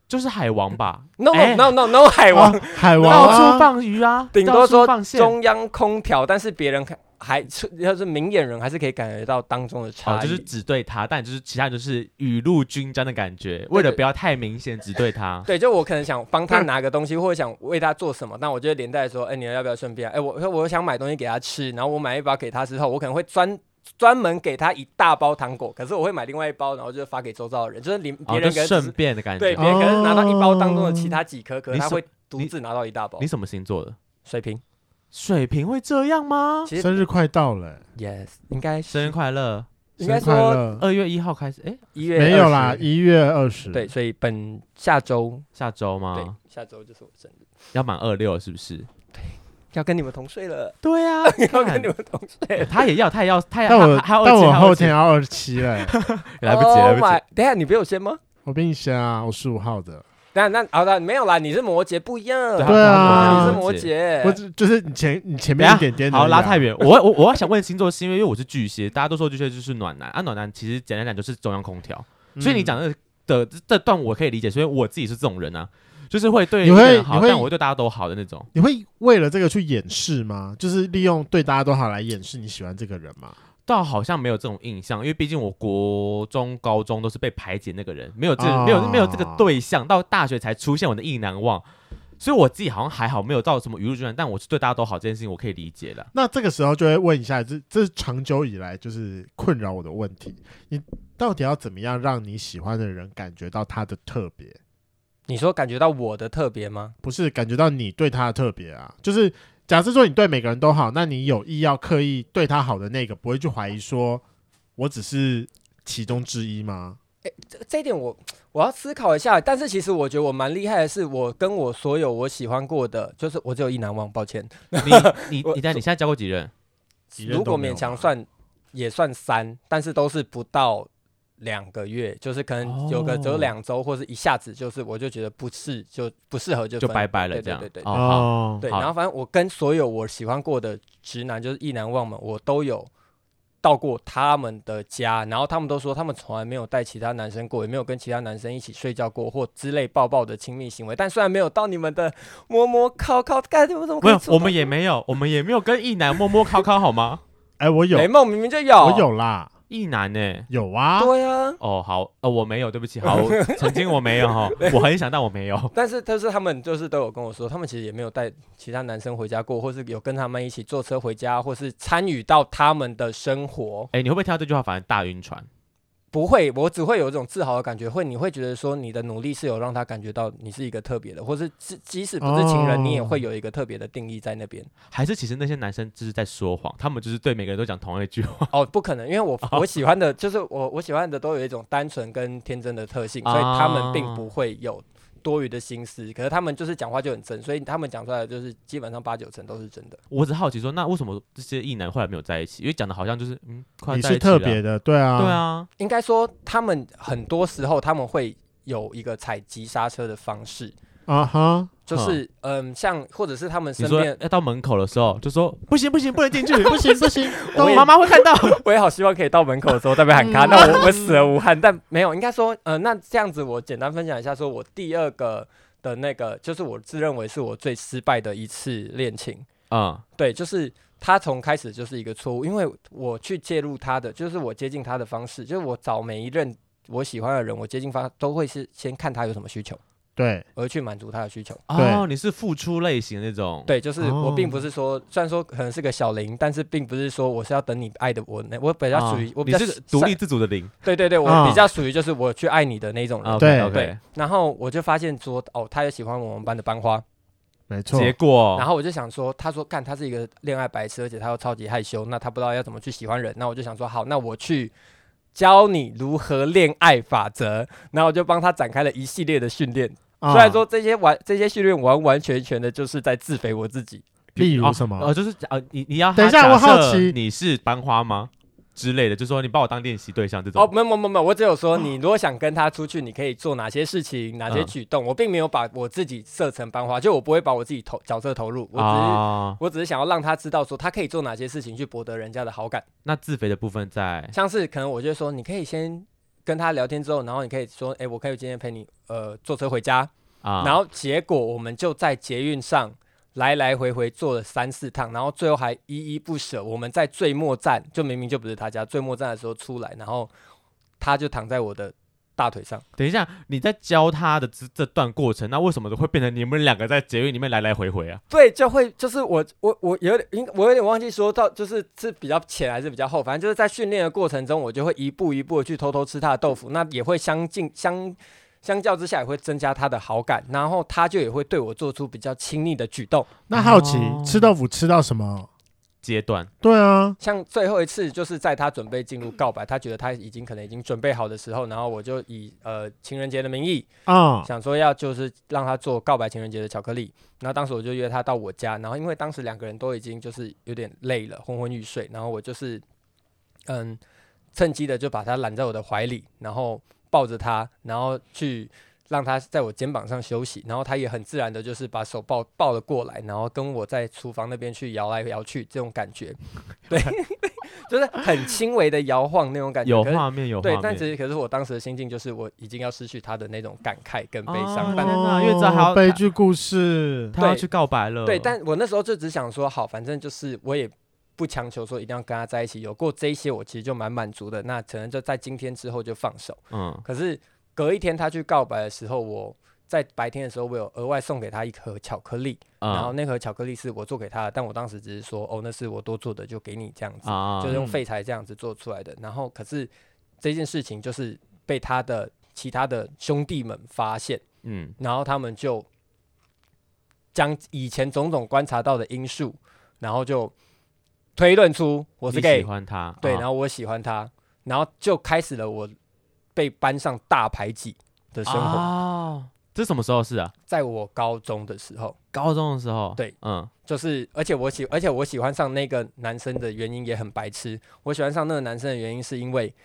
B: 就是海王吧？
C: No
B: 哎
C: no no no 海王
A: 啊，海王
B: 到处
A: 啊，
B: 放鱼啊，
C: 顶
B: 到
C: 多
B: 处
C: 说
B: 放线，
C: 中央空调，但是别人看还是要是明眼人还是可以感觉到当中的
B: 哦
C: 差，异。
B: 就是只对他，但就是其他人就是雨露均沾的感觉。为了不要太明显，只对他。
C: 对，就我可能想帮他拿个东西，或者想为他做什么，但我就会连带说，哎、你要不要顺便？哎、我我想买东西给他吃，然后我买一包给他之后，我可能会专专门给他一大包糖果，可是我会买另外一包，然后就发给周遭的人，就是连别
B: 哦，就
C: 人可能只
B: 顺
C: 是、
B: 便的感
C: 对
B: 觉。
C: 别人可能拿到一包当中的其他几颗，可是
B: 你
C: 他
B: 什
C: 会独自拿到一大包
B: 你。什么星座的？
C: 水平
B: 水瓶会这样吗？
C: 其实
A: 生日快到了，
C: yes 应该是
B: 生日快乐！
C: 应
A: 生
C: 该
A: 日快
C: 说
A: 乐，
B: 二月一号开始，哎，
C: 一月
A: 没有啦，
C: 20
A: 一月二十，
C: 对，，所以本下周、
B: 下周
C: 对
B: 吗？
C: 下周就是我生日，
B: 要满二六是不是？
C: 要跟你们同睡了，
B: 对啊，
C: 要
B: 看
C: 跟你们同睡了。
B: 他也要，他也要，他也
A: 但我
B: 他还有
A: 但我后
B: 二
A: 天
B: 天，
A: 要二十七了，
B: 还有二十七来不及，来
C: Oh
B: 不及。
C: my- 等一下你比我先吗？
A: 我比你先啊，我十五号的，
C: 那那好的，没有啦，你是摩羯不一样，
A: 对啊
C: 你是
B: 摩
C: 摩
B: 羯
C: 羯
A: 我，只就是你前你前
B: 等
A: 面
B: 下
A: 一点点而已啊，
B: 好，拉太远。我我我要想问星座，是因为因为我是巨蟹，大家都说巨蟹就是暖男啊，暖男其实简单讲就是中央空调。
A: 嗯，
B: 所以你讲的的这这段我可以理解，所以我自己是这种人啊，就是会对
A: 你
B: 一
A: 会
B: 个人好，
A: 你会
B: 但我会对大家都好的那种。
A: 你会为了这个去掩饰吗？就是利用对大家都好来掩饰你喜欢这个人吗？
B: 倒好像没有这种印象，因为毕竟我国中、高中都是被排解那个人，没有这个、没有没有这个
A: 啊
B: 对象，到大学才出现我的意难忘。所以我自己好像还好，没有到什么雨露均沾，但我是对大家都好这件事情，我可以理解的。
A: 那这个时候就会问一下，这这是长久以来就是困扰我的问题，你到底要怎么样让你喜欢的人感觉到他的特别？
C: 你说感觉到我的特别吗？
A: 不是感觉到你对他的特别啊，就是假设说你对每个人都好，那你有意要刻意对他好的那个，不会去怀疑说我只是其中之一吗？
C: 这这一点我我要思考一下。但是其实我觉得我蛮厉害的是，我跟我所有我喜欢过的，就是我只有一难忘，抱歉。
B: 你你
C: 我
B: 你在你现在交过几任？
A: 几任
C: 如
A: 都
C: 果
A: 没有
C: 勉强
A: 吧
C: 算，也算三，但是都是不到两个月，就是可能有个只有
B: 哦
C: 两周，或是一下子就是我就觉得不适就不适合就
B: 就
C: 分
B: 拜拜了
C: 对
B: 这样
C: 对对
B: 哦
C: 对
B: 好
C: 对，
B: 好
C: 然后反正我跟所有我喜欢过的直男，就是意难忘们，我都有到过他们的家，然后他们都说他们从来没有带其他男生过，也没有跟其他男生一起睡觉过或之类抱抱的亲密行为。但虽然没有到你们的摸摸靠靠，干你们怎么可
B: 没
C: 以
B: 有，
C: 做
B: 我
C: 到
B: 们也没有，我们也没有跟一男摸摸靠靠好吗？
A: 哎、我有
C: 雷，梦明明就有，
A: 我，有啦，
B: 一男呢、
A: 有啊，
C: 对啊。
B: 哦，好，呃，我没有，对不起， 好，我曾经我没有哈，我很想，但我没有。
C: 但是，但是他们就是都有跟我说，他们其实也没有带其他男生回家过，或是有跟他们一起坐车回家，或是参与到他们的生活。
B: 哎、你会不会听到这句话反而大晕船？
C: 不会，我只会有一种自豪的感觉，会你会觉得说你的努力是有让他感觉到你是一个特别的，或是即即使不是情人，
A: 哦
C: 你也会有一个特别的定义在 那边。
B: 还是其实那些男生就是在说谎，他们就是对每个人都讲同一句话。
C: 哦，不可能，因为我我喜欢的就是我我喜欢的都有一种单纯跟天真的特性，所以他们并不会有多余的心思。可是他们就是讲话就很真，所以他们讲出来的就是基本上八九成都是真的。
B: 我只好奇说，那为什么这些异男后来没有在一起？因为讲的好像就是嗯，快
A: 你
B: 要在一
A: 是
B: 起
A: 特
B: 了。
A: 别的，对啊，
B: 对，啊，
C: 应该说，他们很多时候他们会有一个踩急刹车的方式，
A: 啊哈，
C: 就是嗯，像或者是他们
B: 你
C: 身
B: 说
C: 边
B: 要到门口的时候就说不行不行不能进去，不行不行，
C: 我也
B: 妈妈会看到。
C: 我也好希望可以到门口的时候再被喊卡，那我我死而无憾。但没有，应该说，呃，那这样子我简单分享一下，说我第二个的那个，就是我自认为是我最失败的一次恋情。
B: 嗯，
C: 对，就是他从开始就是一个错误，因为我去介入他的，就是我接近他的方式，就是我找每一任我喜欢的人，我接近方都会是先看他有什么需求，
A: 对，
C: 而去满足他的需求。
B: 哦，你是付出类型那种。，
C: 对，就是我并不
A: 哦
C: 是说，虽然说可能是个小零，但是并不是说我是要等你爱的我那，我比较属于、我比
B: 哦啊你
C: 较
B: 是独立自主的零。
C: 对对对，我
A: 啊
C: 比较属于就是我去爱你的那种人。
B: 啊
A: 对
B: OK，
C: 对然后我就发现说，哦，他也喜欢我们班的班花。
A: 没错，
B: 结果
C: 然后我就想说，他说干，他是一个恋爱白痴，而且他又超级害羞，那他不知道要怎么去喜欢人。那我就想说，好，那我去教你如何恋爱法则。然后我就帮他展开了一系列的训练。
A: 啊
C: 虽然说这些完这些训练完完全全的就是在自肥我自己。
A: 例如什
B: 哦，
A: 么，
B: 就是呃，你你要
A: 等一下
B: 他假
A: 我好
B: 设
A: 奇
B: 你是班花吗？之类的，就说你把我当练习对象这种。
C: 哦，没有没有没有没有，我只有说你如果想跟他出去，你可以做哪些事情，哪些
B: 嗯
C: 举动。我并没有把我自己设成班花，就我不会把我自己投角色投入，我只是、
B: 啊，
C: 我只是想要让他知道说他可以做哪些事情去博得人家的好感。
B: 那自肥的部分在
C: 像是可能我就说，你可以先跟他聊天之后，然后你可以说，哎、我可以今天陪你呃坐车回家，
B: 啊，
C: 然后结果我们就在捷运上来来回回坐了三四趟，然后最后还依依不舍。我们在最末站，就明明就不是他家，最末站的时候出来，然后他就躺在我的大腿上。
B: 等一下你在教他的这这段过程，那为什么会变成你们两个在节目里面来来回回啊？
C: 对，就会就是我我我有点，应我有点忘记说到，就是是比较前还是比较后，反正就是在训练的过程中，我就会一步一步的去偷偷吃他的豆腐，那也会相近相相较之下也会增加他的好感，然后他就也会对我做出比较亲密的举动。
A: 那好奇、
B: 哦
A: 吃豆腐吃到什么？
B: 阶段
A: 对啊，
C: 像最后一次，就是在他准备进入告白，他觉得他已经可能已经准备好的时候，然后我就以呃情人节的名义，
A: 啊、
B: 哦
C: 想说要就是让他做告白情人节的巧克力，然后当时我就约他到我家，然后因为当时两个人都已经就是有点累了，昏昏欲睡，然后我就是嗯趁机的就把他揽在我的怀里，然后抱着他，然后去让他在我肩膀上休息，然后他也很自然的就是把手抱抱了过来，然后跟我在厨房那边去摇来摇去这种感觉，对， 就是很轻微的摇晃那种感觉，
B: 有
C: 呃可是
B: 画面有画
C: 对
B: 面，，
C: 但其实可是我当时的心境就是我已经要失去他的那种感慨跟悲伤，
B: 哦
C: 但
B: 天哪因为这还要
A: 哦悲剧故事，
B: 他要
C: 对
B: 去告白了，
C: 对，但我那时候就只想说，好，反正就是我也不强求说一定要跟他在一起，有过这一些，我其实就蛮满足的。那可能就在今天之后就放手。
B: 嗯，
C: 可是隔一天他去告白的时候，我在白天的时候，我有额外送给他一盒巧克力，然后
B: 啊
C: 那盒巧克力是我做给他的，但我当时只是说，哦，那是我多做的，就给你这样子。
B: 啊，
C: 就是用
A: 嗯
C: 废材这样子做出来的。然后可是这件事情就是被他的其他的兄弟们发现，
B: 嗯，
C: 然后他们就将以前种种观察到的因素，然后就推论出我是
B: 你
C: gay，
B: 喜欢他，
C: 对，
B: 啊
C: 然后我喜欢他，然后就开始了我被班上大排挤的生活。
B: 哦，这什么时候是啊？
C: 在我高中的时候，
B: 高中的时候，
C: 对，
B: 嗯，
C: 就是，而且我喜，而且我喜欢上那个男生的原因也很白痴。我喜欢上那个男生的原因是因为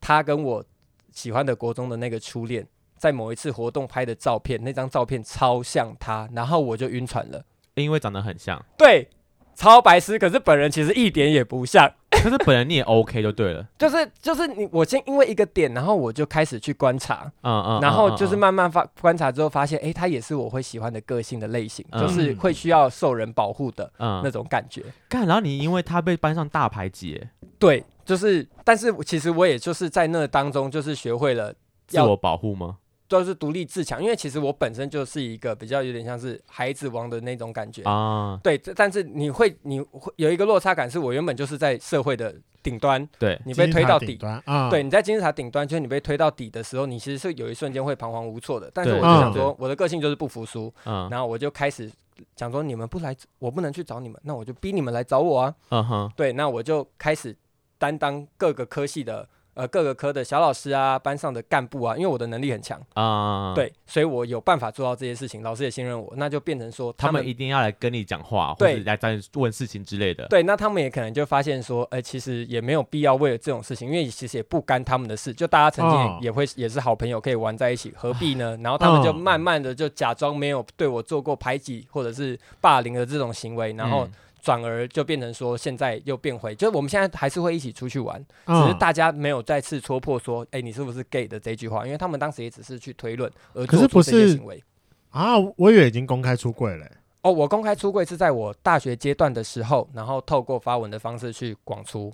C: 他跟我喜欢的国中的那个初恋，在某一次活动拍的照片，那张照片超像他，然后我就晕船了。
B: 因为长得很像，
C: 对，超白痴，可是本人其实一点也不像。
B: 可是本人你也 OK 就对了，
C: 就是就是你，我先因为一个点，然后我就开始去观察，
B: 嗯嗯，
C: 然
B: 嗯
C: 后就是
B: 嗯
C: 慢慢发观察之后发现，诶，他也是我会喜欢的个性的类型，就是
A: 嗯
C: 会需要受人保护的
B: 嗯，
C: 那种感觉。
B: 干，然后你因为他被班上大排挤，欸
C: 对，就是，但是我其实我也就是在那当中，就是学会了，
B: 自我保护吗？
C: 就是独立自强。因为其实我本身就是一个比较有点像是孩子王的那种感觉。
B: 啊，
C: 对，这但是你会，你会有一个落差感，是我原本就是在社会的顶端，
B: 对，
C: 你被推到底
A: 金字塔顶。端啊，
C: 对，，你在金字塔顶端，就是你被推到底的时候，你其实是有一瞬间会彷徨无措的。但是我
B: 对
C: 就
A: 啊
C: 想
B: 嗯
C: 说，我的个性就是不服输，
B: 嗯
C: 然后我就开始想说，你们不来，我不能去找你们，那我就逼你们来找我啊。
B: 嗯哼，
C: 对，那我就开始担当各个科系的呃各个科的小老师啊，班上的干部啊，因为我的能力很强，
B: 啊，，
C: 对，所以我有办法做到这些事情，老师也信任我，那就变成说
B: 他
C: 们
B: 们一定要来跟你讲话，或
C: 对
B: 者来找你问事情之类的，
C: 对，那他们也可能就发现说，呃，其实也没有必要为了这种事情，因为其实也不干他们的事，就大家曾经
A: 哦
C: 也也会、也是好朋友，可以玩在一起，何必呢？然后
B: 嗯
C: 他们就慢慢的就假装没有对我做过排挤或者是霸凌的这种行为，然后
B: 嗯
C: 转而就变成说，现在又变回，就是我们现在还是会一起出去玩，只
A: 嗯
C: 是大家没有再次戳破说，哎、你是不是 gay 的这句话，因为他们当时也只是去推论而
A: 可是
C: 做出
A: 不
C: 这些
A: 是
C: 行为。
A: 啊，我以为已经公开出柜了、欸
C: 哦，我公开出柜是在我大学阶段的时候，然后透过发文的方式去广出。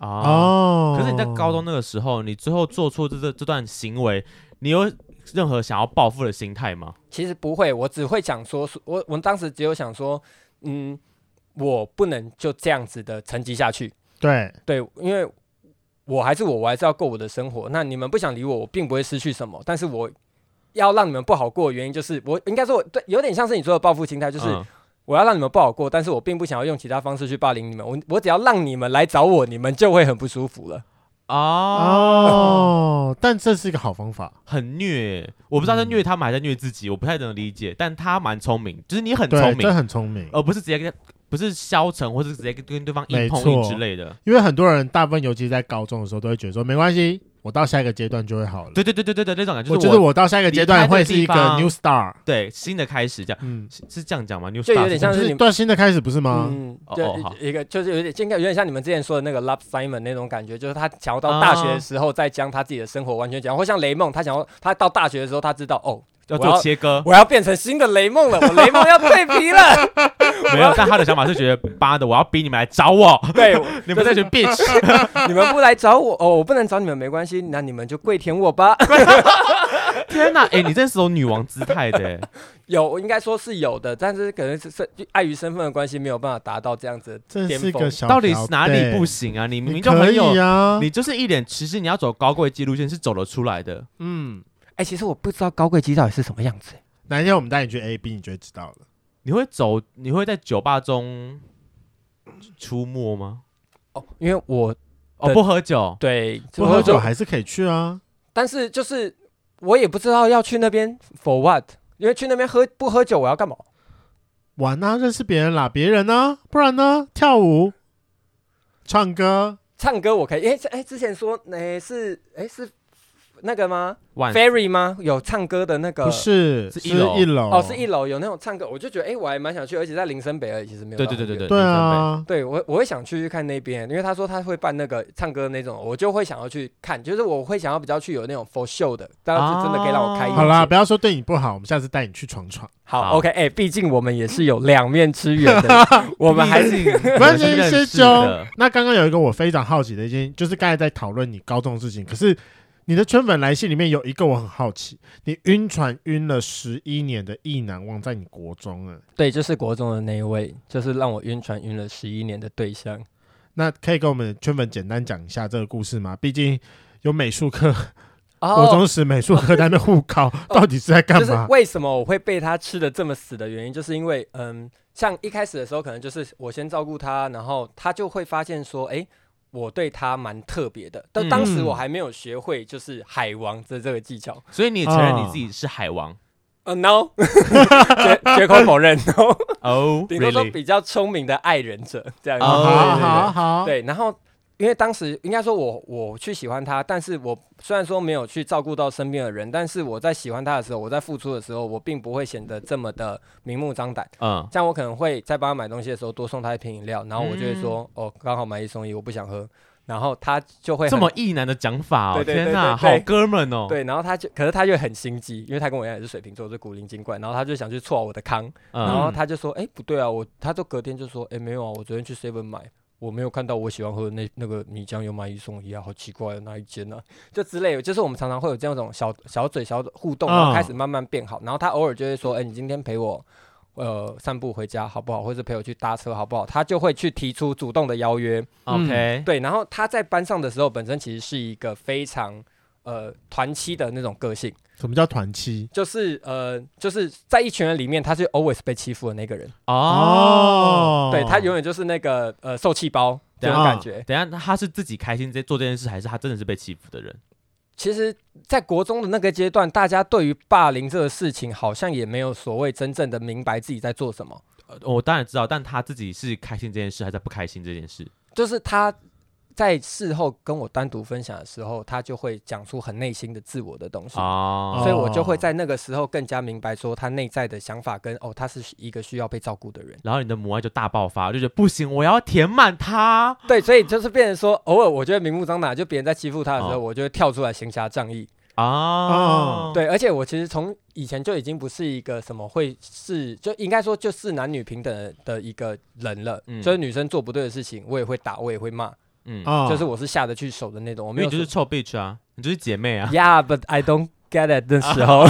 B: 啊，
A: 哦。
B: 可是你在高中那个时候，你最后做出这这这段行为，你有任何想要报复的心态吗？
C: 其实不会，我只会想说，我我当时只有想说，嗯，我不能就这样子的沉寂下去。
A: 对，
C: 对，因为我还是我，我还是要过我的生活。那你们不想理我，我并不会失去什么，但是我要让你们不好过的原因就是，我应该说我对，有点像是你说的报复心态，就是。
B: 嗯
C: 我要让你们不好过，但是我并不想要用其他方式去霸凌你们。我我只要让你们来找我，你们就会很不舒服了。
B: 啊，
A: 哦，但这是一个好方法，
B: 很虐，我不知道在
A: 嗯
B: 虐他们还在虐自己，我不太能理解，但他蛮聪明，就是你很
A: 对
B: 聪，
A: 这
B: 明，
A: 很聪明。
B: 而不是直接跟他不是消沉，或是直接跟跟对方硬
A: 没
B: 碰
A: 错
B: 硬之类的。
A: 因为很多人大部分，尤其在高中的时候，都会觉得说没关系，我到下一个阶段就会好了。
B: 对对对对对对，那种感觉
A: 我
B: 就是
A: 觉得我到下一个阶段会是一个
B: 离开这个地方
A: new star，
B: 对新的开始这样，
A: 嗯，
B: 是是这样讲吗？你
C: 就有点像
A: 就是
C: 你
A: 是
C: 们
A: 一段新的开始，不是吗？
C: 嗯
B: 哦，
C: 就
B: 哦好
C: 一个就是有点，应该有点像你们之前说的那个 Love Simon 那种感觉，就是他想要到大学的时候再将他自己的生活完全讲，或像雷梦，他想要他到大学的时候，他知道哦，
B: 要
C: 我
B: 做
C: 要
B: 切割，
C: 我要变成新的雷梦了，我雷梦要蜕皮 了，
B: 没有。但他的想法是觉得，妈的，我要逼你们来找我，
C: 对，
B: 你们这群 bitch，
C: 你 们不来找我哦，我不能找你们没关系，那你们就跪舔我吧。
B: 天哪！哎，你真是有女王姿态的欸，
C: 有，应该说是有的，但是可能是是碍于身份的关系，没有办法达到这样子的
A: 真
C: 巅
A: 是个
C: 峰。
A: 小
B: 到底
A: 小
B: 是哪里
A: 辈
B: 不？行啊？你明
A: 你
B: 明就很
A: 可以
B: 有，
A: 啊，
B: 你就是一脸，其实你要走高贵记录线是走得出来的。
A: 嗯，
C: 哎、其实我不知道高贵鸡到底是什么样子。欸
A: 哪一天我们带你去 A B，你就会知道了。
B: 你会走，你会在酒吧中出没吗？
C: 哦，因为我
B: 哦，
C: 对
B: 不喝酒，
C: 对
A: 不喝酒还是可以去啊，
C: 但是就是我也不知道要去那边 for what，因为去那边喝不喝酒我要干嘛？
A: 玩啊，认识别人啦，别人呢、不然呢，跳舞、唱歌，
C: 唱歌我可以，哎、哎、之前说哎、是哎、是那个吗
B: 晚
C: ？Ferry 吗？有唱歌的那个
A: 不是
B: 呃是
A: 是
B: 一楼
A: 一楼
C: 哦，是一楼有那种唱歌，我就觉得哎、我还蛮想去，而且在林森北而已，其实没有
B: 对
C: 到
B: 对对对
C: 很远
B: 对，
A: 对啊，
C: 对我我会想去看那边，因为他说他会办那个唱歌那种，我就会想要去看，就是我会想要比较去有那种 for show 的，当然是真的可以让我开眼界。
A: 好啦，不要说对你不好，我们下次带你去闯闯。
C: 好
B: 好
C: o k 哎、毕竟我们也是有两面之缘 的，我们还是
B: 不
A: 关键是酒。 那刚刚有一个我非常好奇的一件，就是刚才在讨论你高中的事情，可是你的圈粉来信里面有一个我很好奇，你晕船晕了十一年的意难忘在你国中了，
C: 对，就是国中的那一位，就是让我晕船晕了十一年的对象。
A: 那可以跟我们圈粉简单讲一下这个故事吗？毕竟有美术课，
C: 哦
A: 国中时美术课在那边互 考，到底是在干
C: 就是
A: 嘛？
C: 为什么我会被他吃的这么死的原因，就是因为嗯，像一开始的时候，可能就是我先照顾他，然后他就会发现说，哎、我对他蛮特别的。但当时
A: 嗯
C: 我还没有学会就是海王的这个技巧。
B: 所以你也承认
A: 啊
B: 你自己是海王
C: 呃、n o 绝绝口否认，no，
B: 哦
C: 顶多说
B: ，really？
C: 比较聪明的爱人者这样子。
B: 哦
A: 好
B: 对对
A: 好
B: 对
A: 好好，
C: 对，然后因为当时应该说我我去喜欢他，但是我虽然说没有去照顾到身边的人，但是我在喜欢他的时候，我在付出的时候，我并不会显得这么的明目张胆。
B: 嗯，
C: 像我可能会在帮他买东西的时候多送他一瓶饮料，然后我就会说、哦，刚好买一送一，我不想喝，然后他就会
B: 嗯这
C: 很
B: 么意难的讲法哦，
C: 对对对
B: 天哪，
C: 对
B: 好
C: 对
B: 哥们哦，
C: 对，然后他就可是他就很心机，因为他跟我一样也是水瓶座，是古灵精怪，然后他就想去挫我的康，然
B: 嗯，
C: 后他就说哎、不对啊，我他就隔天就说哎、没有啊，我昨天去 seven 买。我没有看到我喜欢喝的那那个米浆有买一送一啊，好奇怪、啊，哪一间呢、啊？就之类的，就是我们常常会有这种小小嘴小互动，然后
A: 嗯
C: 开始慢慢变好。然后他偶尔就会说：“哎、你今天陪我呃散步回家好不好？或者陪我去搭车好不好？”他就会去提出主动的邀约。
B: OK，
C: 嗯对，然后他在班上的时候，本身其实是一个非常呃团欺的那种个性，
A: 什么叫团欺？
C: 就是呃就是在一群人里面，他是 always 被欺负的那个人，
B: 哦，
C: 对他永远就是那个呃受气包这种
A: 啊
C: 感觉。
B: 等一下他是自己开心在做这件事，还是他真的是被欺负的人？
C: 其实，在国中的那个阶段，大家对于霸凌这个事情，好像也没有所谓真正的明白自己在做什么，
B: 呃我当然知道，但他自己是开心这件事，还是不开心这件事？
C: 就是他。在事后跟我单独分享的时候，他就会讲出很内心的自我的东西。
B: 哦，
C: 所以我就会
A: 哦
C: 在那个时候更加明白，说他内在的想法跟哦，他是一个需要被照顾的人。
B: 然后你的母爱就大爆发，就觉得不行，我要填满它。
C: 对，所以就是变成说，偶尔我觉得明目张胆，就别人在欺负他的时候，
B: 哦
C: 我就会跳出来行侠仗义。
B: 啊，
A: 哦，
C: 嗯对，而且我其实从以前就已经不是一个什么会是，就应该说就是男女平等的的一个人了。
B: 嗯
C: 就是女生做不对的事情，我也会打，我也会骂，
B: 嗯，
A: 啊
C: 就是我是下得去手的那种。我
B: 因
C: 没
B: 为
C: 有
B: 你就是
C: 说
B: 臭 bitch 啊，你就是啊姐妹啊。
C: Yeah，but I don't get it 的时 候，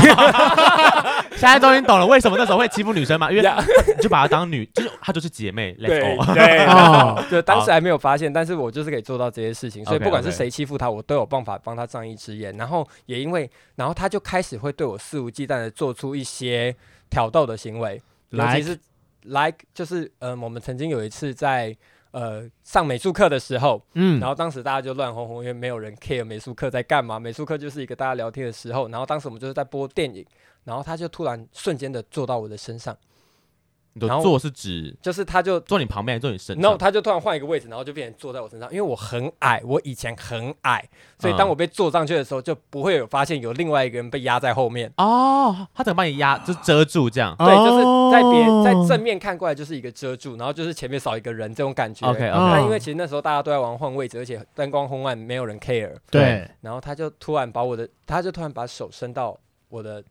B: 现在终于懂了为什么那时候会欺负女生 嘛，因为
C: Yeah
B: 你就把她当女，就是她就是姐妹
C: 对
B: ，let's go。
C: 对，
A: 哦，
C: 就当时还没有发现，但是我就是可以做到这些事情，所以
B: OK，
C: 不管是
B: OK
C: 谁欺负他，我都有办法帮他仗义执言。然后也因为，然后他就开始会对我肆无忌惮的做出一些挑逗的行为，尤
A: 来
C: 其是 like 就是呃，我们曾经有一次在呃上美术课的时候，
A: 嗯
C: 然后当时大家就乱哄哄，因为没有人 care 美术课在干嘛，美术课就是一个大家聊天的时候。然后当时我们就是在播电影，然后他就突然瞬间的坐到我的身上，
B: 你的
C: 然后
B: 坐是指
C: 就是他就
B: 坐你旁边，坐你身
C: 然后
B: 上。
C: 他就突然换一个位置，然后就变成坐在我身上，因为我很矮，我以前很矮，所以当我被坐上去的时候，就不会有发现有另外一个人被压在后面。
B: 哦，他怎么把你压，就遮住这样
A: 哦
C: 对，就是在别在正面看过来就是一个遮住，然后就是前面少一个人这种感觉。
B: ？OK 哦
A: 嗯
B: OK，
C: 那因为其实那时候大家都在玩换位置，而且灯光昏暗，没有人 care。
A: 对，
C: 然后他就突然把我的，他就突然把手伸到我的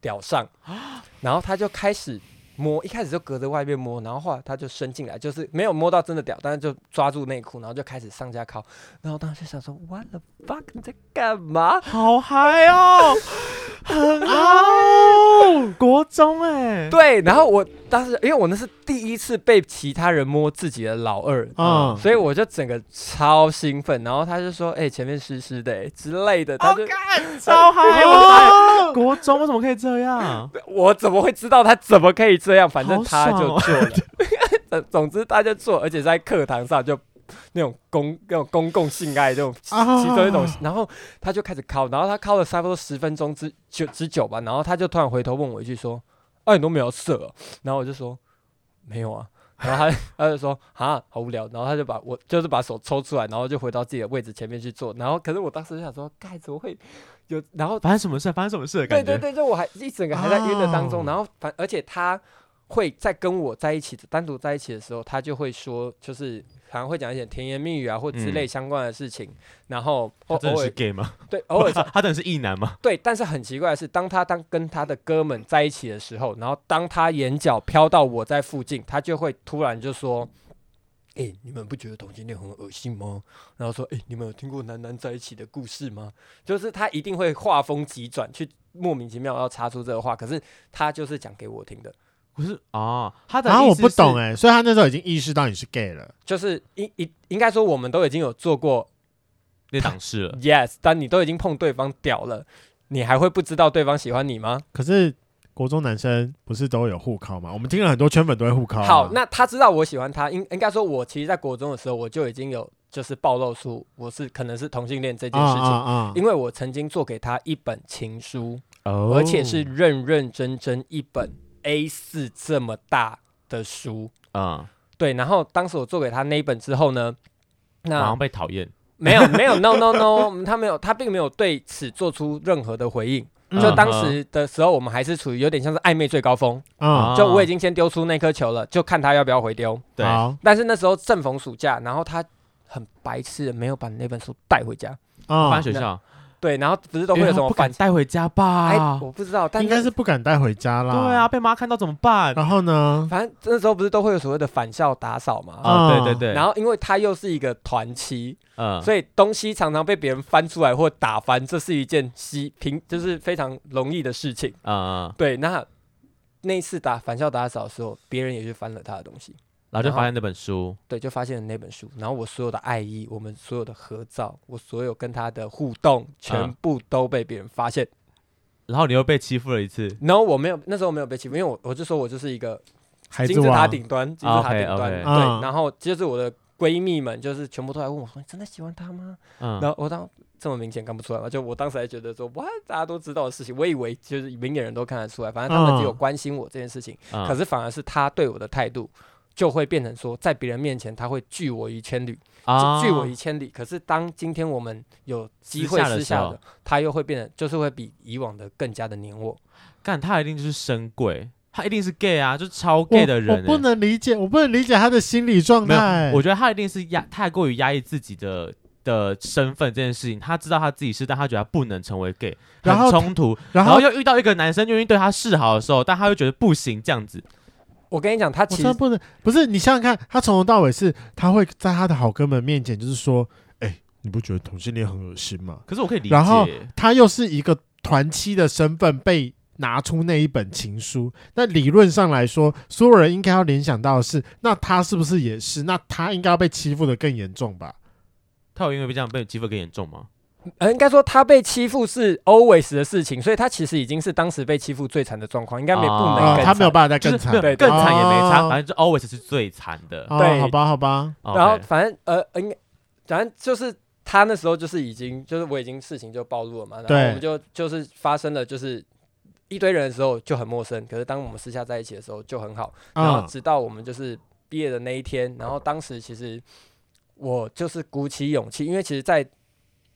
C: 屌上，然后他就开始摸，一开始就隔着外面摸，然后后来他就伸进来，就是没有摸到真的屌，但是就抓住内裤，然后就开始上家靠。然后当时就想说，What the fuck，你在干嘛？
B: 好嗨哦，很嗨，哦国中哎，
C: 对，然后我当时因为我那是第一次被其他人摸自己的老二。
A: 嗯，
C: 所以我就整个超兴奋，然后他就说：“哎、前面湿湿的、欸、之类的。”他就
B: 超嗨，我嗨，哦国中为什么可以这样？
C: 我怎么会知道他怎么可以这样？反正
B: 好
C: 他
B: 爽
C: 就
B: 哦
C: 做了， 呃总之他就做，而且在课堂上就那种公那种公共性爱这种其
A: 啊
C: 其中一种，然后他就开始敲，然后他敲了差不多十分钟之久之久吧，然后他就突然回头问我一句说：“哎、你都没有射哦、然后我就说：“没有啊。”然后他 他就说：“啊，好无聊。”然后他就把我就是把手抽出来，然后就回到自己的位置前面去做。然后可是我当时就想说：“该怎么会有？”然后
B: 发生什么事？发生什么事的
C: 对
B: 感觉？啊
C: 对对，就我还一整个还在晕的当中，
A: 哦
C: 然后反而且他会在跟我在一起单独在一起的时候，他就会说，就是好像会讲一些甜言蜜语啊或之类相关的事情，然后偶
B: 嗯他真的
C: 偶
B: 是
C: 尔
B: gay 吗？
C: 对偶尔
B: 他真的是异男吗？
C: 对，但是很奇怪的是，当他当跟他的哥们在一起的时候，然后当他眼角飘到我在附近，他就会突然就说。哎、你们不觉得同性恋很恶心吗？然后说，哎、你们有听过男男在一起的故事吗？就是他一定会画风急转，去莫名其妙要插出这个话，可是他就是讲给我听的，
B: 不是哦，他的
A: 然后我不懂
B: 哎，
A: 哎，所以他那时候已经意识到你是 gay 了，
C: 就是应应应该说我们都已经有做过
B: 那档事了，
C: yes，但你都已经碰对方屌了，你还会不知道对方喜欢你吗？
A: 可是。国中男生不是都有互考吗？我们听了很多圈粉都会互考啊。
C: 好，那他知道我喜欢他，应应该说，我其实，在国中的时候，我就已经有就是暴露出我是可能是同性恋这件
A: 啊
C: 事情，
A: 啊啊！
C: 因为我曾经做给他一本情书，
B: 哦
C: 而且是认认真真一本 A 四这么大的书。
B: 嗯，
C: 对，然后当时我做给他那一本之后呢，
B: 马
C: 那
B: 上被讨厌，
C: 没有没有 no no no，他 没有他并没有对此做出任何的回应。
A: 嗯
C: 就当时的时候，我们还是处于有点像是暧昧最高峰，
B: 嗯
A: 啊，
C: 就我已
B: 经
C: 经先丢出那颗球了，就看他要不要回丢。
B: 对
A: 好
C: 但是那时候正逢暑假，然后他很白痴，没有把那本书带回家。
B: 翻
A: 啊，
B: 学校，
C: 对，然后不是都会有什
B: 因为他
C: 么
B: 不敢啊
C: 反？
B: 带回家
C: 哎，
B: 吧？
C: 我不知道，但
A: 应该是不敢带回家啦。
B: 对啊，，被妈看到怎么办？
A: 然后呢？
C: 反正那时候不是都会有所谓的返校打扫嘛。
B: 啊，
A: 嗯
B: 对对对，
C: 然后，因为他又是一个团期，
B: 嗯，
C: 所以东西常常被别人翻出来或打翻，这是一件稀平，就是非常容易的事情。
B: 嗯嗯，
C: 对，那那一次打返校打扫的时候，别人也去翻了他的东西，
B: 然后就发现那本书，
C: 对，就发现了那本书，然后我所有的爱意，我们所有的合照，我所有跟他的互动，
B: 嗯
C: 全部都被别人发现。
B: 然后你又被欺负了一次，
C: 然后我没有，那时候我没有被欺负，因为我我就说我就是一个
A: 孩
C: 金
A: 子
C: 字塔
A: 王，
C: 顶端，金
B: 啊
C: 字塔
B: ，OK，
C: 顶端。
B: OK
A: 嗯
C: 对，然后就是我的闺蜜们，就是全部都来问我说：“你真的喜欢他吗？”
B: 嗯，
C: 然后我当这么明显看不出来嘛，就我当时还觉得说哇，大家都知道的事情，我以为就是明眼人都看得出来，反正他们只有
A: 嗯
C: 关心我这件事情。
B: 嗯
C: 可是反而是他对我的态度，就会变成说，在别人面前他会拒我于千里，
B: 啊
C: 拒我于千里。可是当今天我们有机会
B: 私下的
C: 私下
B: 时候
C: 的，他又会变得，就是会比以往的更加的黏我。
B: 干他一定就是深贵，他一定是 gay 啊，就是超
A: 我
B: gay 的人
A: 我
B: 欸，
A: 不能理解，我不能理解他的心理状
B: 没
A: 态。
B: 有，我觉得他一定是压太过于压抑自己的的身份这件事情，他知道他自己是，但他觉得他不能成为 gay，
A: 然后
B: 很冲突，
A: 然
B: 然后
A: 后
B: 又遇到一个男生愿意对他示好的时候，但他又觉得不行这样子，
C: 我跟你讲，他
A: 我
C: 其
A: 真
C: 实
A: 的不能，不是你想想看，他从头到尾是他会在他的好哥们面前就是说，哎，你不觉得同性恋很恶心吗？
B: 可是我可以理解，
A: 然后他又是一个团妻的身份被拿出那一本情书，那理论上来说，所有人应该要联想到的是，那他是不是也是？那他应该要被欺负的更严重吧？
B: 他有因为被这样被欺负更严重吗？
C: 呃，应该说他被欺负是 always 的事情，所以他其实已经是当时被欺负最惨的状况，应该没不
B: 哦
C: 能
A: 啊、
C: 更
A: 他没有
C: 惨
A: 办法再
B: 就
A: 更
B: 是
A: 惨。
B: 没有
C: 对
B: 更惨也没差，
A: 哦
B: 反正就 always 是最惨的。
A: 哦
C: 对
A: 好吧，好吧，
C: 然后
B: OK
C: 反正呃，应该反正就是他那时候就是已经就是我已经事情就暴露了嘛，然后
A: 对
C: 我们就就是发生了就是一堆人的时候就很陌生，可是当我们私下在一起的时候就很好。然后
B: 嗯
A: 啊，
C: 直到我们就是毕业的那一天，然后当时其实我就是鼓起勇气，因为其实在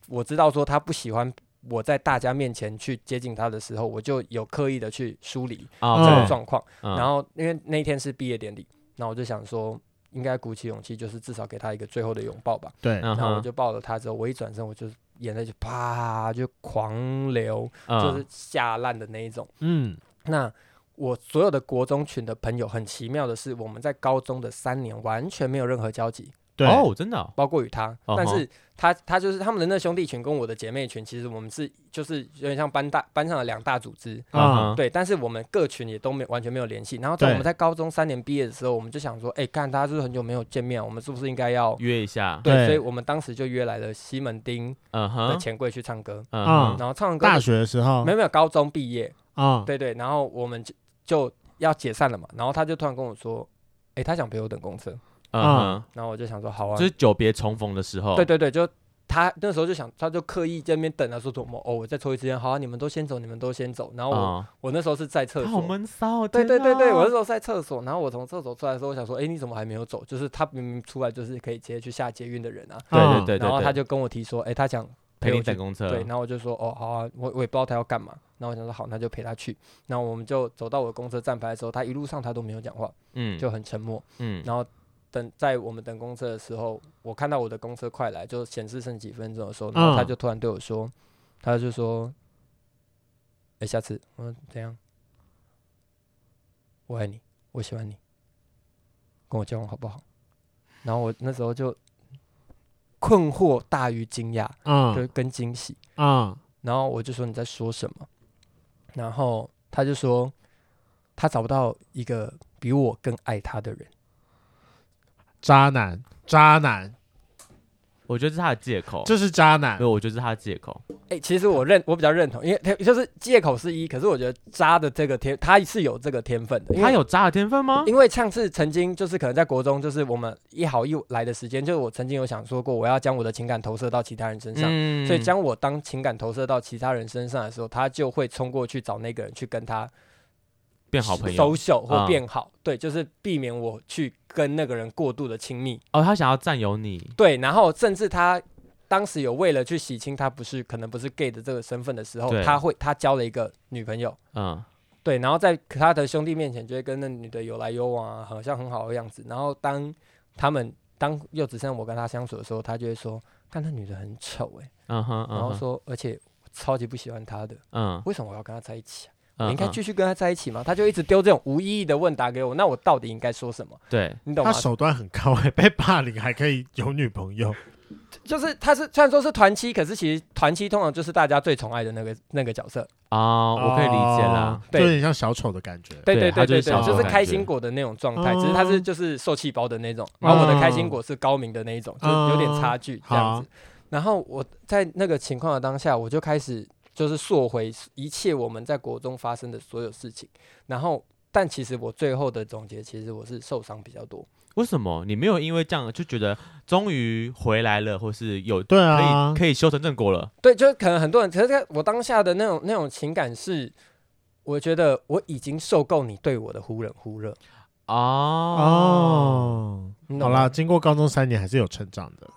C: 我知道说他不喜欢我在大家面前去接近他的时候，我就有刻意的去梳理
B: 啊
C: 这个
A: 嗯
C: 状况。
B: 嗯
C: 然后因为那一天是毕业典礼，那我就想说。应该鼓起勇气，就是至少给他一个最后的拥抱吧。
A: 对，
B: 嗯
C: 然后我
B: 哼
C: 就抱了他之后，我一转身，我就眼泪就啪就狂流，就
B: 嗯
C: 是下烂的那一种。
B: 嗯
C: 那我所有的国中群的朋友，很奇妙的是，我们在高中的三年完全没有任何交集，
A: 对，
B: 哦，真的哦
C: 包括与他。
B: 哦吼
C: 但是他他就是他们的那兄弟群跟我的姐妹群，其实我们是就是有点像班大班上的两大组织。
A: 啊
B: 嗯哼
C: 对，但是我们各群也都没完全没有联系。然后在
A: 对
C: 我们在高中三年毕业的时候，我们就想说，哎、看大家就是很久没有见面，我们是不是应该要？
B: 约一下，
A: 对
C: 所以我们当时就约来了西门町
B: 嗯
C: 的
B: 哼，
C: 钱柜去唱歌，
B: 嗯
A: 啊
B: 哼
C: 然后唱完歌
A: 大学的时候
C: 没有没有高中毕业，
A: 啊，
C: 对对，然后我们就就要解散了嘛，然后他就突然跟我说，诶，他想陪我等公车，
B: 嗯
C: 然后我就想说好啊，
B: 哼，就是久别重逢的时候，
C: 对对对，就他那时候就想，他就刻意在那边等他说什么哦，我再抽一支烟，好啊，你们都先走，你们都先走，然后我、
B: 嗯，
C: 我那时候是在厕
B: 他好
C: 所。
B: 闷骚哦，
C: 对对
B: 天
C: 对对，
B: 哪
C: 我那时候是在厕所，然后我从厕所出来的时候，我想说，诶，你怎么还没有走？就是他明明出来就是可以直接去下捷运的人啊，
B: 对对对，对
C: 然后他
B: 对
C: 就跟我提说，诶，他想
B: 陪
C: 陪
B: 你
C: 我去
B: 等公车，
C: 对，然后我就说哦，好啊，我我也不知道他要干嘛。然后我想说好，那就陪他去。然后我们就走到我的公车站牌的时候，他一路上他都没有讲话，
B: 嗯
C: 就很沉默。
B: 嗯
C: 然后等在我们等公车的时候，我看到我的公车快来，就显示剩几分钟的时候，然后他
A: 嗯
C: 就突然对我说，他就说，哎、下次我说怎样？我爱你，我喜欢你，跟我交往好不好？然后我那时候就困惑大于惊讶，
A: 啊
C: 就跟惊喜。
A: 啊
C: 然后我就说你在说什么，然后他就说他找不到一个比我更爱他的人。
A: 渣男，渣男，
B: 我觉得这是他的借口，
A: 这是渣男
B: 对，，我觉得这是他的借口，
C: 哎、其实我认我比较认同，因为他就是借口是一，可是我觉得渣的这个天他是有这个天分的，因为
B: 他。有渣的天分吗？
C: 因为上次曾经就是可能在国中，就是我们一好一来的时间，就是我曾经有想说过，我要将我的情感投射到其他人身上，
B: 嗯
C: 所以将我当情感投射到其他人身上的时候，他就会冲过去找那个人去跟他
B: 变好朋友
C: 收手或
B: 啊
C: 变好，对，就是避免我去跟那个人过度的亲密，
B: 哦，他想要占有你，
C: 对，然后甚至他当时有为了去洗清他不是可能不是 gay 的这个身份的时候
B: 对，
C: 他会他交了一个女朋友，
B: 嗯
C: 对，然后在他的兄弟面前就会跟那女的有来有往啊，好像很好的样子，然后当他们当又只剩我跟他相处的时候，他就会说，看那女的很丑哎、
B: 嗯哼，
C: 然后
B: 嗯哼
C: 说而且。我超级不喜欢她的，
B: 嗯，
C: 为什么我要跟她在一起啊？
B: 嗯
C: 我应该
B: 嗯
C: 继续跟她在一起吗？他就一直丢这种无意义的问答给我，那我到底应该说什么？
B: 对，
C: 你懂
A: 他
C: 吗？
A: 手段很高哎、被霸凌还可以有女朋友，
C: 就是他是虽然说是团妻，可是其实团妻通常就是大家最宠爱的那个那个角色。
B: 哦，我可以理解
A: 哦，
B: 啦
A: 就有点像小丑的感觉。
C: 对
B: 对
C: 对
B: 他就
C: 对
B: 是
C: 对，
A: 小
C: 就
A: 丑
C: 是
A: 的
C: 开
B: 感觉
C: 心果的那种状态，
A: 哦
C: 只是他是就是受气包的那种，然后我的开心
A: 哦
C: 果是高明的那一种，就是有点差距这样子。然后我在那个情况的当下，我就开始就是溯回一切我们在国中发生的所有事情，然后。但其实我最后的总结，其实我是受伤比较多。
B: 为什么你没有因为这样就觉得终于回来了，或是有
A: 对
B: 可
A: 啊
B: 以，可以修成正果了？
C: 对，就是可能很多人，可是我当下的那种那种情感是，我觉得我已经受够你对我的忽冷忽热。
B: 哦
A: 哦，
C: 你懂
A: 好
C: 吗
A: 啦，，经过高中三年还是有成长的。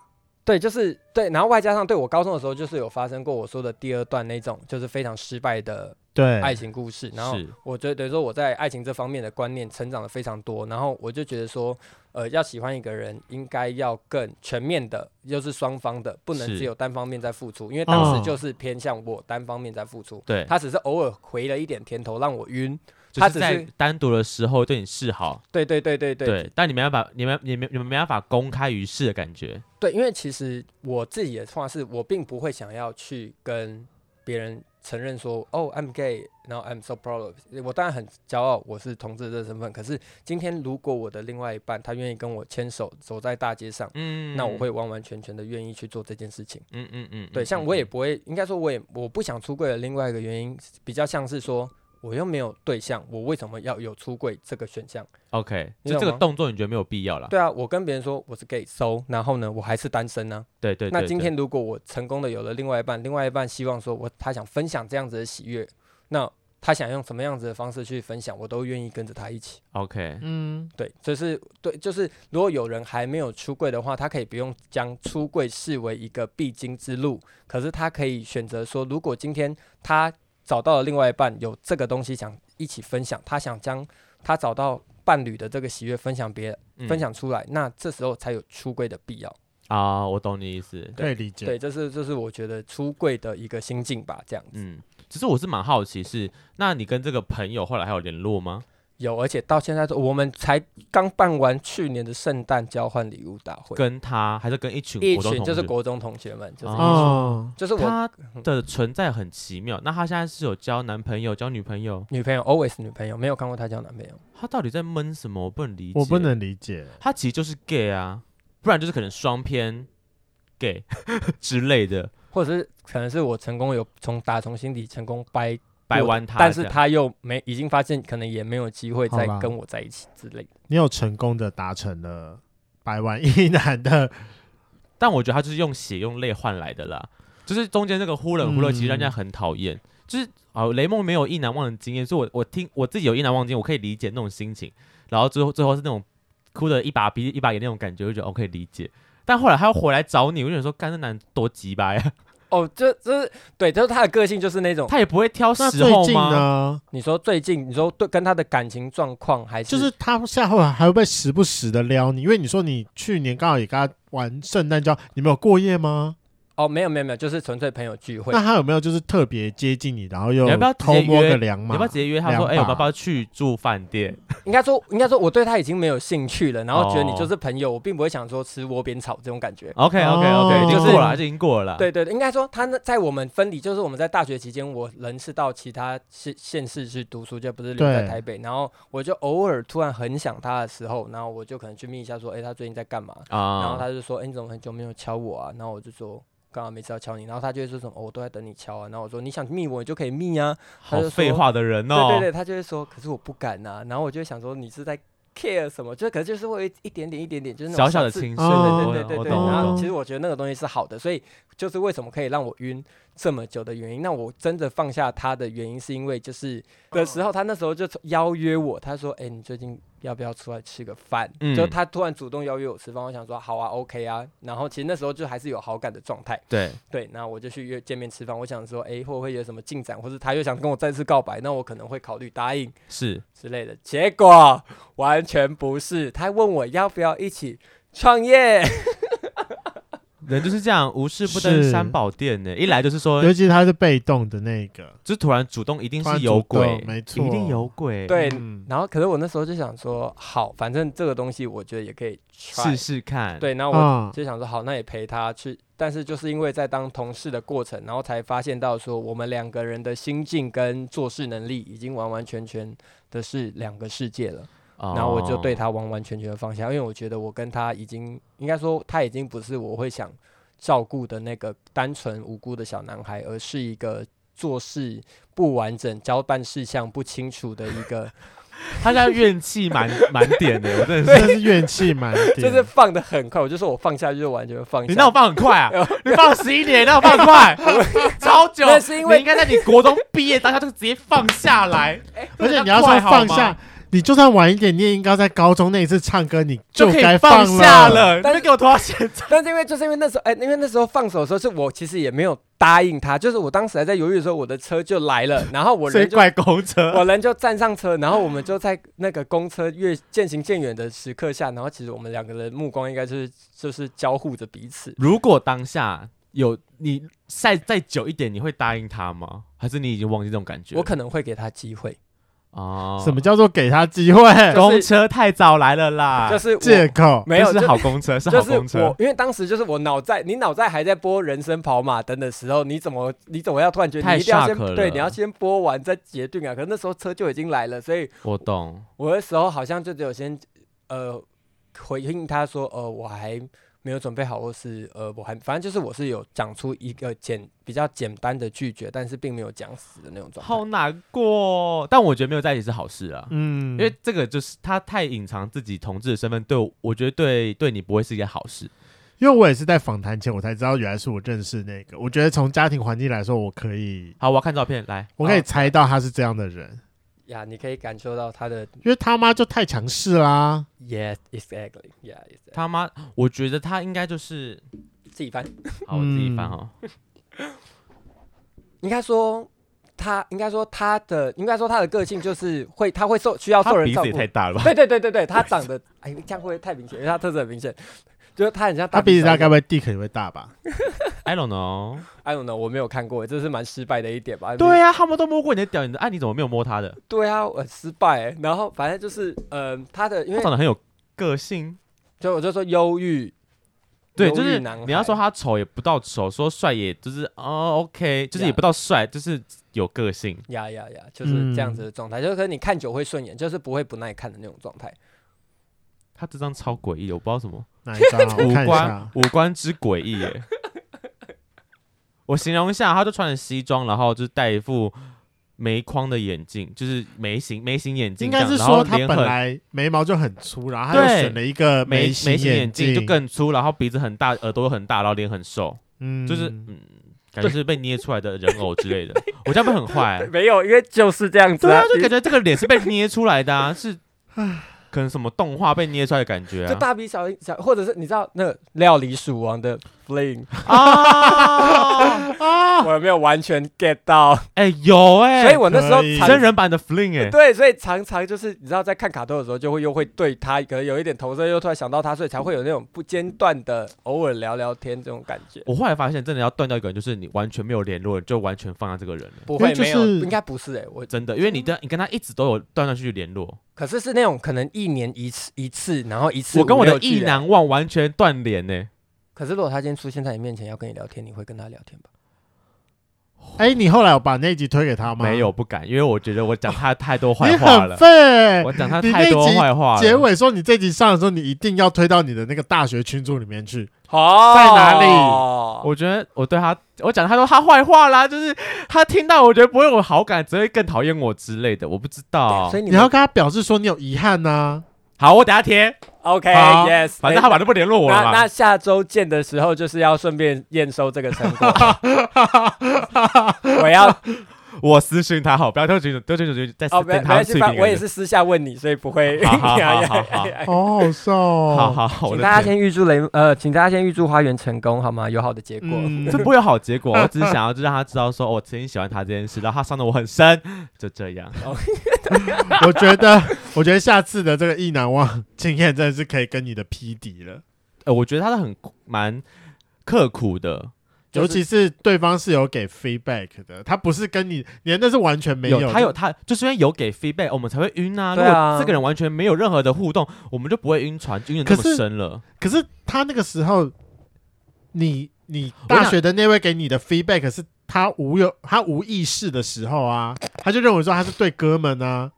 C: 对，就是对，然后外加上对我高中的时候，就是有发生过我说的第二段那种，就是非常失败的
A: 对，
C: 爱情故事。然后
B: 是
C: 我觉得等于说我在爱情这方面的观念成长的非常多，然后我就觉得说，呃，要喜欢一个人应该要更全面的，又、是双方的，不能
B: 是
C: 只有单方面在付出，因为当时
A: 哦
C: 就是偏向我单方面在付出，
B: 对，
C: 他只是偶尔回了一点甜头让我晕。
B: 就
C: 他
B: 是
C: 只
B: 在
C: 是
B: 单独的时候对你示好，
C: 对对对对对
B: 对，但你没办法，你们你们你们没办法公开于世的感觉，
C: 对，因为其实我自己的话是我并不会想要去跟别人承认说，哦，I'm gay，然后 I'm so proud of it。我当然很骄傲我是同志的身份，可是今天如果我的另外一半他愿意跟我牵手走在大街上，
B: 嗯，
C: 那我会完完全全的愿意去做这件事情。
B: 嗯，嗯嗯嗯，
C: 对，像
B: 嗯
C: 我也，不会，应该说我也我不想出柜的另外一个原因，比较像是说我又没有对象，我为什么要有出柜这个选项？
B: 嗯 OK，
C: 你
B: 就这
C: 懂
B: 个
C: 吗
B: 动作你觉得没有必要了？
C: 对啊，我跟别人说我是 gay，so，然后呢，我还是单身呢、啊
B: 对对对，
C: 那
B: 对
C: 今天如果我成功的有了另外一半，另外一半希望说我他想分享这样子的喜悦，那他想用什么样子的方式去分享，我都愿意跟着他一起。
B: OK，
A: 嗯，
C: 对，这是对，就是如果有人还没有出柜的话，他可以不用将出柜视为一个必经之路，可是他可以选择说，如果今天他找到了另外一半，有这个东西想一起分享，他想将他找到伴侣的这个喜悦分享别
B: 嗯
C: 分享出来，那这时候才有出柜的必要。
B: 啊，我懂你意思。
A: 可以理解。
C: 对，这是这是我觉得出柜的一个心境吧，这样子。
B: 嗯，只是我是蛮好奇是，那你跟这个朋友后来还有联络吗？
C: 有，而且到现在都我们才刚办完去年的圣诞交换礼物大会，
B: 跟他还是跟一群
C: 一
B: 国中
C: 群
B: 同
C: 就是
B: 学
C: 国中同学们，就是、
B: 哦
A: 哦，
C: 就是我
B: 他的存在很奇妙。那他现在是有交男朋友、交女朋友，
C: 女朋友 always 女朋友，没有看过她交男朋友。
B: 他到底在闷什么？我不能理解。
A: 我不，能理解。
B: 他其实就是 gay 啊，不然就是可能双偏 gay 之类的，
C: 或者是可能是我成功有从打从心底成功掰，
B: 掰弯他这样。
C: 但是他又没已经发现可能也没有机会再
A: 好吧
C: 跟我在一起之类的。
A: 你有成功的达成了百万一男 的，
B: 但我觉得他就是用血用泪换来的啦，就是中间这个忽冷忽热，其实让人家
A: 嗯
B: 很讨厌。就是啊，雷梦没有一难忘的经验，所以我我听我自己有一难忘的经验，我可以理解那种心情。然后最后最后是那种哭的一把鼻一把眼那种感觉，我就觉得我哦可以理解。但后来他又回来找你，我就想说，干这男多鸡巴呀，
C: 哦，这这是对，就是他的个性就是那种，
B: 他也不会挑
A: 哦那
B: 时
A: 最
B: 候
A: 近
B: 吗？
A: 呢？
C: 你说最近你说对跟他的感情状况还是
A: 就是他下后还会不会时不时的撩你？因为你说你去年刚好也跟他玩圣诞交，你们有过夜吗？
C: 哦没有没有没有，就是纯粹朋友聚会
A: 那。他有没有就是特别接近你，然后又
B: 你要不要直接
A: 偷摸
B: 约
A: 个两
B: 你
A: 码？
B: 要不要直接约他说，
A: 两
B: 哎、我们
A: 把
B: 要不要去住饭店？
C: 应该说应该说我对他已经没有兴趣了，然后觉得你
B: 哦
C: 就是朋友，我并不会想说吃窝边草这种感觉。
B: OK OK
A: 哦
B: OK，、已
C: 就
B: 经
C: 是
B: 过了，已经过了。
C: 对对对，应该说他那在我们分离，就是我们在大学期间，我人是到其他县县市去读书，就不是留在
A: 对
C: 台北。然后我就偶尔突然很想他的时候，然后我就可能去密一下说，哎、他最近在干嘛？
B: 啊，
C: 然后他就说，哎、你怎么很久没有敲我啊？然后我就说。刚好没事要敲你，然后他就会说什么、哦我都在等你敲啊。然后我说你想密我，你就可以密啊。他
B: 好
C: 就
B: 废
C: 说
B: 话的人哦。
C: 对对对，他就会说，可是我不敢呐、然后我就会想说，你是在 care 什么？就是可是就是会有一一点点一点点，就是那种
B: 小小的
C: 自
B: 情绪，
A: 哦
B: 我
C: 对对对
B: 我
C: 对对，
B: 懂我
C: 然后
B: 懂
C: 其实我觉得那个东西是好的，所以就是为什么可以让我晕这么久的原因。那我真的放下他的原因，是因为就是的时候，他那时候就邀约我，他说：“哎、你最近要不要出来吃个饭？”
B: 嗯
C: 就他突然主动邀约我吃饭，我想说好啊，OK 啊。然后其实那时候就还是有好感的状态，
B: 对，
C: 对。那我就去约见面吃饭，我想说，哎、会不会有什么进展，或是他又想跟我再次告白，那我可能会考虑答应。
B: 是
C: 之类的，结果完全不是。他问我要不要一起创业，
B: 人就是这样，无事不登
A: 是
B: 三宝殿呢。一来就是说，
A: 尤其他是被动的那个，
B: 就是突然主动，一定
A: 突然
B: 是有
A: 主动
B: 鬼，
A: 没
B: 一定
A: 错
B: 有鬼，
C: 对
A: 嗯
C: 然后，可是我那时候就想说，好，反正这个东西我觉得也可以 try，
B: 试试看。，
C: 对。然后我
A: 啊，
C: 就想说，好，那也陪他去。但是就是因为在当同事的过程，然后才发现到说，我们两个人的心境跟做事能力已经完完全全的是两个世界了。
B: 哦
C: 然后我就对，他完完全全的放下，因为我觉得我跟他已经，应该说他已经不是我会想照顾的那个单纯无辜的小男孩，而是一个做事不完整、交办事项不清楚的一个，
B: 他现在怨气 满满点的，我真的是。
A: 真的是怨气满点，
C: 就是放的很快。我就说我放下就是完全放
B: 你让我
C: 下。
B: 放很快啊！你放十一年，你让我放很 快，超久。
C: 那是因为
B: 你应该在你国中毕业当下就直接放下 来，
C: 哎
A: 而且你要说放下，你就算晚一点，你也应该在高中那一次唱歌，你
B: 就可以
A: 该
B: 放下
A: 了。
B: 了。你
C: 但
B: 别给我拖到现在。
C: 但是因为就是因为那时候，哎、因为那时候放手的时候，是我其实也没有答应他，就是我当时还在犹豫的时候，我的车就来了，然后我
B: 所以
C: 人就
B: 怪公 车，
C: 我人就站上车，然后我们就在那个公车越渐行渐远的时刻下，然后其实我们两个人目光应该就是就是交互着彼此。
B: 如果当下有你再再久一点，你会答应他吗？还是你已经忘记这种感觉了？
C: 我可能会给他机会，
B: 哦，
A: 什么叫做给他机会？
B: 公车太早来了啦？
C: 就 是
A: 借
C: 我
A: 口？
C: 没有
B: 啊不
C: 就是
B: 好公车，是好
C: 就
B: 公
C: 是我
B: 车，，
C: 因为当时就是我脑在你脑在还在播《人生跑马灯》的时候，你怎么你怎么要突然觉得
B: 太
C: 你一定要
B: shock
C: 先
B: 了
C: 对你要先播完再决定啊？可是那时候车就已经来了，所以
B: 我懂。
C: 我那时候好像就只有先呃回应他说，呃，我还没有准备好，或是呃，我还反正就是我是有讲出一个简比较简单的拒绝，但是并没有讲死的那种状态。
B: 好难过哦，但我觉得没有在一起是好事啊，
A: 嗯，
B: 因为这个就是他太隐藏自己同志的身份，对我，我觉得对对你不会是一件好事。
A: 因为我也是在访谈前我才知道原来是我认识那个。我觉得从家庭环境来说，我可以
B: 好，我要看照片，来，
A: 我可以猜到他是这样的人，
C: 呀，你可以感受到他的
A: 因为他妈就太强势啦。
C: yes exactly yeah exactly
B: 他妈，我觉得他应该就是，
C: 自己翻，
B: 好，我自己翻
C: 嗯
B: 哈，
C: 应该说他应该说他的应该说他的个性就是会他会受需要受
B: 他
C: 人
B: 鼻
C: 照
B: 子也
C: 顾
B: 太，大了吧？
C: 对对对对对，他长得哎这样会不会太明显？因为他特质很明显，就是他很像
A: 他鼻子大
C: 大
A: 该不会地可能会大吧？
B: I don't know。
C: I don't know，我没有看过，这是蛮失败的一点吧？
B: 对啊，他们都摸过你的屌，你的啊，你怎么没有摸他的？
C: 对啊，我失败、然后反正就是，嗯、他的因
B: 他
C: 为
B: 长得很有个性。
C: 就我就说忧郁，
B: 对，
C: 忧
B: 就是
C: 郁男孩
B: 你要说他丑也不到丑，说帅也就是哦 OK，就是也
C: Yeah
B: 不到帅，就是有个性。
C: 呀呀呀，就是这样子的状态，就是可能你看久会顺眼，就是不会不耐看的那种状态。
B: 他这张超诡异的，我不知道什么
A: 哪一张 啊？我看
B: 五
A: 一下
B: 官。五官之诡异耶。 我形容一下，他就穿着西装，然后就是戴一副眉框的眼镜，就是眉形眉形眼镜
A: 应
B: 这
A: 该
B: 样，
A: 是
B: 然后
A: 说他
B: 脸
A: 本
B: 很
A: 来眉毛就很粗，然后他又
B: 对
A: 选了一个
B: 眉
A: 形
B: 形眼
A: 镜，
B: 就更粗，然后鼻子很大，耳朵很大，然后脸很瘦，
A: 嗯
B: 就是嗯，感觉是被捏出来的人偶之类的。我这样会很坏、
C: 没有，因为就是这样子
B: 对啊，就
C: 你
B: 感觉这个脸是被捏出来的啊，是可能什么动画被捏出来的感觉
C: 就
B: 啊。
C: 大鼻小小，或者是你知道那个料理鼠王的 Fling，
B: 啊，
C: 我有没有完全 get 到？
B: 哎、有哎、
C: 所以我那时候
A: 可以
C: 常
B: 真人版的 Fling 哎、
C: 对，所以常常就是你知道，在看卡通的时候，就会又会对他可能有一点投射，又突然想到他，所以才会有那种不间断的偶尔聊聊天这种感觉。
B: 我后来发现，真的要断掉一个人，就是你完全没有联络，就完全放下这个人了。
C: 不
A: 因为
C: 会，
A: 就
C: 没有，
A: 是
C: 应该不是哎、我
B: 真的，因为你跟你跟他一直都有断断续续联络，
C: 可是是那种可能一年一次一次，然后一次
B: 我跟我
C: 五
B: 的
C: 六句
B: 意
C: 欸。
B: 难忘完全断联呢、
C: 可是如果他今天出现在你面前要跟你聊天，你会跟他聊天吧？
A: 哎、你后来有把那一集推给他吗？
B: 没有，不敢，因为我觉得我讲他太多
A: 你
B: 坏话
A: 很
B: 了，
A: 废。
B: 我讲他
A: 你
B: 太
A: 那
B: 多
A: 集
B: 坏话了。
A: 结尾说你这集上的时候，你一定要推到你的那个大学群组里面去。
C: 哦
A: 在哪里
C: 里？
B: 我觉得我对他，我讲太多他坏话啦，就是他听到我觉得不会有好感，只会更讨厌我之类的，我不知道
C: 所。以你
A: 你
C: 们
A: 要跟他表示说你有遗憾啊呐、
B: 好，我等下贴，
C: OK
A: 好
C: yes，
B: 反正他反正不联络我了
C: 那那
B: 嘛。
C: 下周见的时候，就是要顺便验收这个成果。我要
B: 我私讯他好，不要丢群主，丢群主再私
C: 哦，没
B: 跟
C: 没
B: 他
C: 关系
B: 脆，
C: 反
B: 皮。
C: 我也，是私下问你，所以不会。
B: 好好好好好
A: 好好笑、哦。
B: 哎 好好好，我
C: 请
B: 的
C: 大家
B: 天
C: 先预祝雷呃，请大家先预祝花园成功好吗？有好的结果。
A: 嗯
B: 这不会有好结果，我只是想要就让他知道说哦我曾经喜欢他这件事，然后他伤的我很深，就这样。
A: 我觉得，我觉得下次的这个意难忘经验真的是可以跟你的匹敌了，
B: 呃，我觉得他是很蛮刻苦的，
C: 就是
A: 尤其是对方是有给 feedback 的，他不是跟你，连那是完全没
B: 他有他，就是因为有给 feedback，我们才会晕啊。
C: 对啊
B: 如果这个人完全没有任何的互动，我们就不会晕船，晕的
A: 可
B: 那么
A: 是
B: 深了。
A: 可是他那个时候，你你
B: 我
A: 大
B: 想
A: 学的那位给你的 feedback 是他无有他无意识的时候啊，他就认为说他是对哥们啊，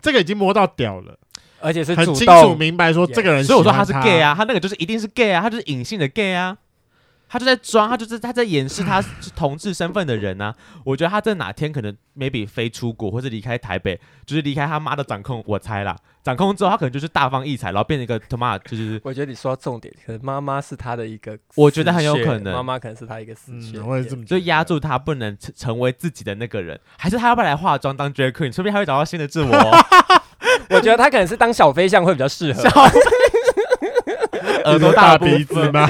A: 这个已经摸到屌了，
C: 而且是
A: 很
C: 主
A: 清楚
C: 动，
A: 明白说
C: Yeah
A: 这个人喜
B: 所以我
A: 欢
B: 说
A: 他
B: 他是 gay，啊，他那个就是一定是 gay 啊，他就是隐性的 gay 啊，他就在装，他就是他在掩饰他是同志身份的人啊。我觉得他在哪天可能 maybe 飞出国或者离开台北，就是离开他妈的掌控，我猜啦，掌控之后他可能就是大放异彩，然后变成一个他妈就是
C: 我觉得你说到重点，可能妈妈是他的一个死穴，
B: 我觉得很有可能
C: 妈妈可能是他一个死穴。
A: 嗯，我也这么觉
B: 就
A: 得
B: 压住他不能成成为自己的那个人，还是他要不要来化妆当 drag queen，说不定他会找到新 的自我哦、
C: 我觉得他可能是当小飞象会比较适合，
B: 耳朵大
A: 大
B: 的部分
A: 鼻子吗？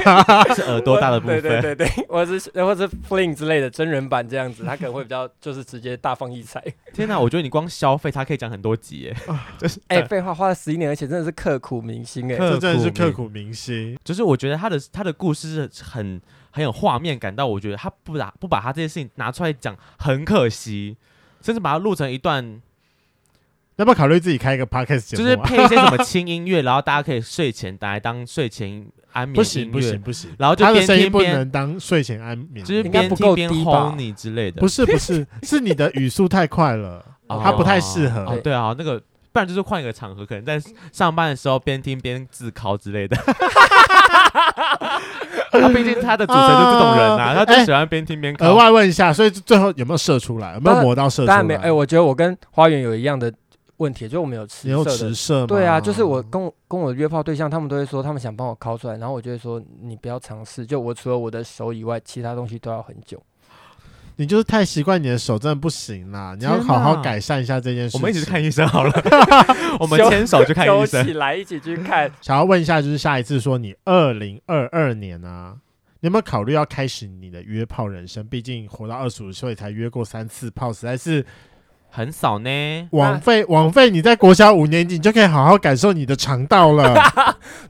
B: 是耳朵大的 部分。
C: 对对对对，或者是或者是 fling 之类的真人版这样子，他可能会比较就是直接大放异彩。
B: 天哪，我觉得你光消费他可以讲很多集耶，就是
C: 哎、废话，花了十一年，而且真的是刻苦铭心哎、
B: 刻
A: 这真的是刻
B: 铭
A: 骨铭心。
B: 就是我觉得他的他的故事是很很有画面感，到我觉得他不打不把他这件事情拿出来讲，很可惜，甚至把它录成一段，
A: 要不要考虑自己开一个 podcast 节
B: 就
A: 目
B: 是
A: 啊？
B: 配一些什么轻音乐，然后大家可以睡前拿来当睡前安眠
A: 不
B: 音
A: 行
B: 乐，
A: 不行不行，
B: 然后就
A: 他的
B: 边
A: 声音
B: 听
A: 不
B: 边
A: 能当睡前安眠
B: 就是
A: 药。
C: 应该
B: 边
C: 不
B: 听
C: 够
B: 边
C: 低吧
B: 轰你之类的
A: 不，是不是， 是你的语速太快了，
B: 哦
A: 它不太适合。
B: 哦对啊，那个。不然就是换一个场合，可能在上班的时候边听边自考 之类的。 他毕竟他的主持人就这种人啊，
A: 啊
B: 他就
A: 哎
B: 喜欢边听边
A: 额
B: 考。
A: 外问一下，所以最后有没有射出来？有没有磨到射出
C: 当
A: 来？
C: 然没，哎、我觉得我跟花园有一样的问题，就我们有吃
A: 你有
C: 色的
A: 直射吗？
C: 对啊，就是我跟我跟我约炮对象，他们都会说他们想帮我抠出来，然后我就会说你不要尝试，就我除了我的手以外，其他东西都要很久。
A: 你就是太习惯你的手，真的不行啦！你要
B: 天
A: 好好
B: 哪
A: 改善一下这件事。
B: 我们一起去看医生 好了，我们牵手去看医
C: 揪起
B: 生。
C: 来一起去看，
A: 想要问一下，就是下一次说你二零二二年啊，你有没有考虑要开始你的约炮人生？毕竟活到二十五岁才约过三次炮，实在是
B: 很少呢，
A: 枉费枉费。你在国小五年级，你就可以好好感受你的肠道了。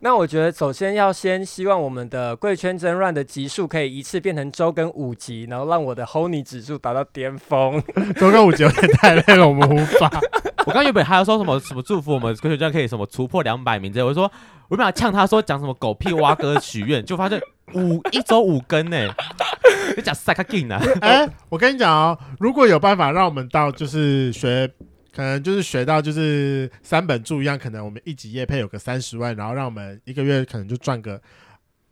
C: 那我觉得首先要先希望我们的贵圈真乱的集数可以一次变成周更五集，然后让我的 Honey 指数达到巅峰。
A: 多跟五级有点太累了，我们无法。
B: 我刚原本还要说什么什么祝福我们歌曲站可以什么突破两百名之类，我就说我本来呛他说讲什么狗屁蛙哥许愿， 就发现五一周五更呢、你讲萨卡劲啊，
A: 哎、我跟你讲哦，如果有办法让我们到就是学。可能就是学到就是三本柱一样，可能我们一集业配有个三十万，然后让我们一个月可能就赚个，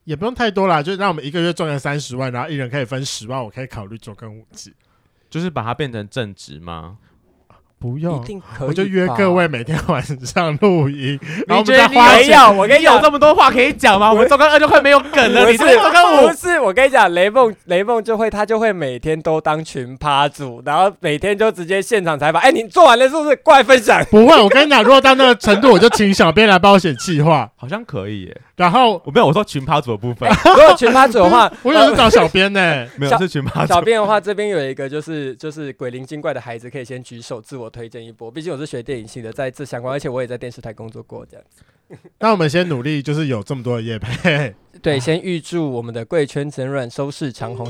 A: 也不用太多啦，就让我们一个月赚个三十万，然后一人可以分十万，我可以考虑周更五集，
B: 就是把它变成正职吗？
A: 不
C: 一
A: 用，
C: 定可以，
A: 我就约各。位每天晚上录音，然后我们
B: 你觉得
A: 再
B: 你
A: 花
B: 有
C: 没
A: 钱。
C: 有，我跟
B: 你
C: 你
B: 有
C: 讲，
B: 这么多话可以讲吗？我们周更二就快没有梗了，
C: 不
B: 你这个周更
C: 是
B: 五
C: 不是，我跟你讲，雷梦雷梦就会，他就会每天都当群趴主，然后每天就直接现场采访。哎，你做完了是不是？过来分享。
A: 不会，我跟你讲，如果到那个程度，我就请小编来帮我写企划，
B: 好像可以耶，
A: 然后，
B: 我没有我说群趴组的部 分，
C: 如果群趴主的话
A: 我有时候找小编呢、
B: 没
C: 小
B: 有是群趴组
C: 小，编的话，这边有一个就是就是鬼灵精怪的孩子，可以先举手自我推荐一波。毕竟我是学电影系的，在这相关，而且我也在电视台工作过，这样。
A: 那我们先努力，就是有这么多的业配。
B: 啊
C: 对，先预祝我们的贵圈真软收视长虹。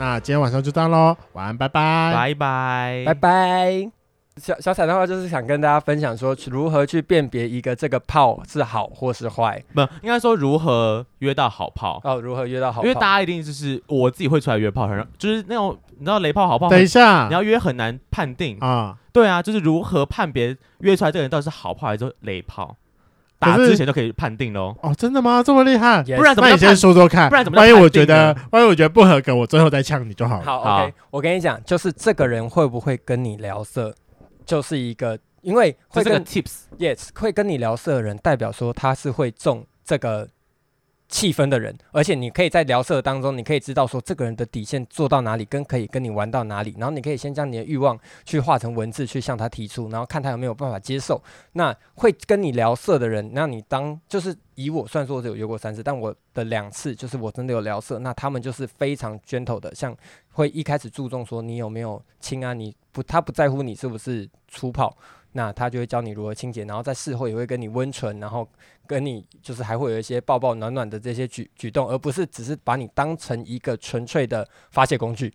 A: 那今天晚上就这样喽，晚安，拜拜。
B: 拜拜，
C: 拜。拜。小小彩的话就是想跟大家分享说，如何去辨别一个这个炮是好或是坏
B: 不，应该说如何约到好炮，
C: 哦，如何约到好炮。
B: 因为大家一定就是我自己会出来约炮，很就是那种你知道雷炮好炮，
A: 等一
B: 你
A: 下
B: 要约很难判定。
A: 啊，
B: 对啊，就是如何判别约出来这个人到底是好炮还是雷炮，打
A: 可是
B: 之前就可以判定喽。
A: 哦，真的吗？这么厉害？
C: Yes
B: 不然怎么
A: 那你
B: 叫
A: 先
B: 判？
A: 说说看，
B: 不然怎么叫
A: 万一我
B: 判
A: 觉
B: 定
A: 得
B: 呢，
A: 万一我觉得不合格，我最后再呛你就好了。
C: 好
B: 好
C: o k 我跟你讲，就是这个人会不会跟你聊色，就是一个，因为
B: 这
C: 会
B: 是个
C: 跟
B: tips，
C: yes 会跟你聊色的人，代表说他是会中这个气氛的人，而且你可以在聊色当中，你可以知道说这个人的底线做到哪里，跟可以跟你玩到哪里，然后你可以先将你的欲望去化成文字去向他提出，然后看他有没有办法接受。那会跟你聊色的人，那你当就是以我算说我只有约过三次，但我的两次就是我真的有聊色，那他们就是非常 gentle 的，像会一开始注重说你有没有亲啊，你不他不在乎你是不是粗炮。那他就会教你如何清洁，然后在事后也会跟你温存，然后跟你就是还会有一些抱抱暖暖的这些举举动，而不是只是把你当成一个纯粹的发泄工具。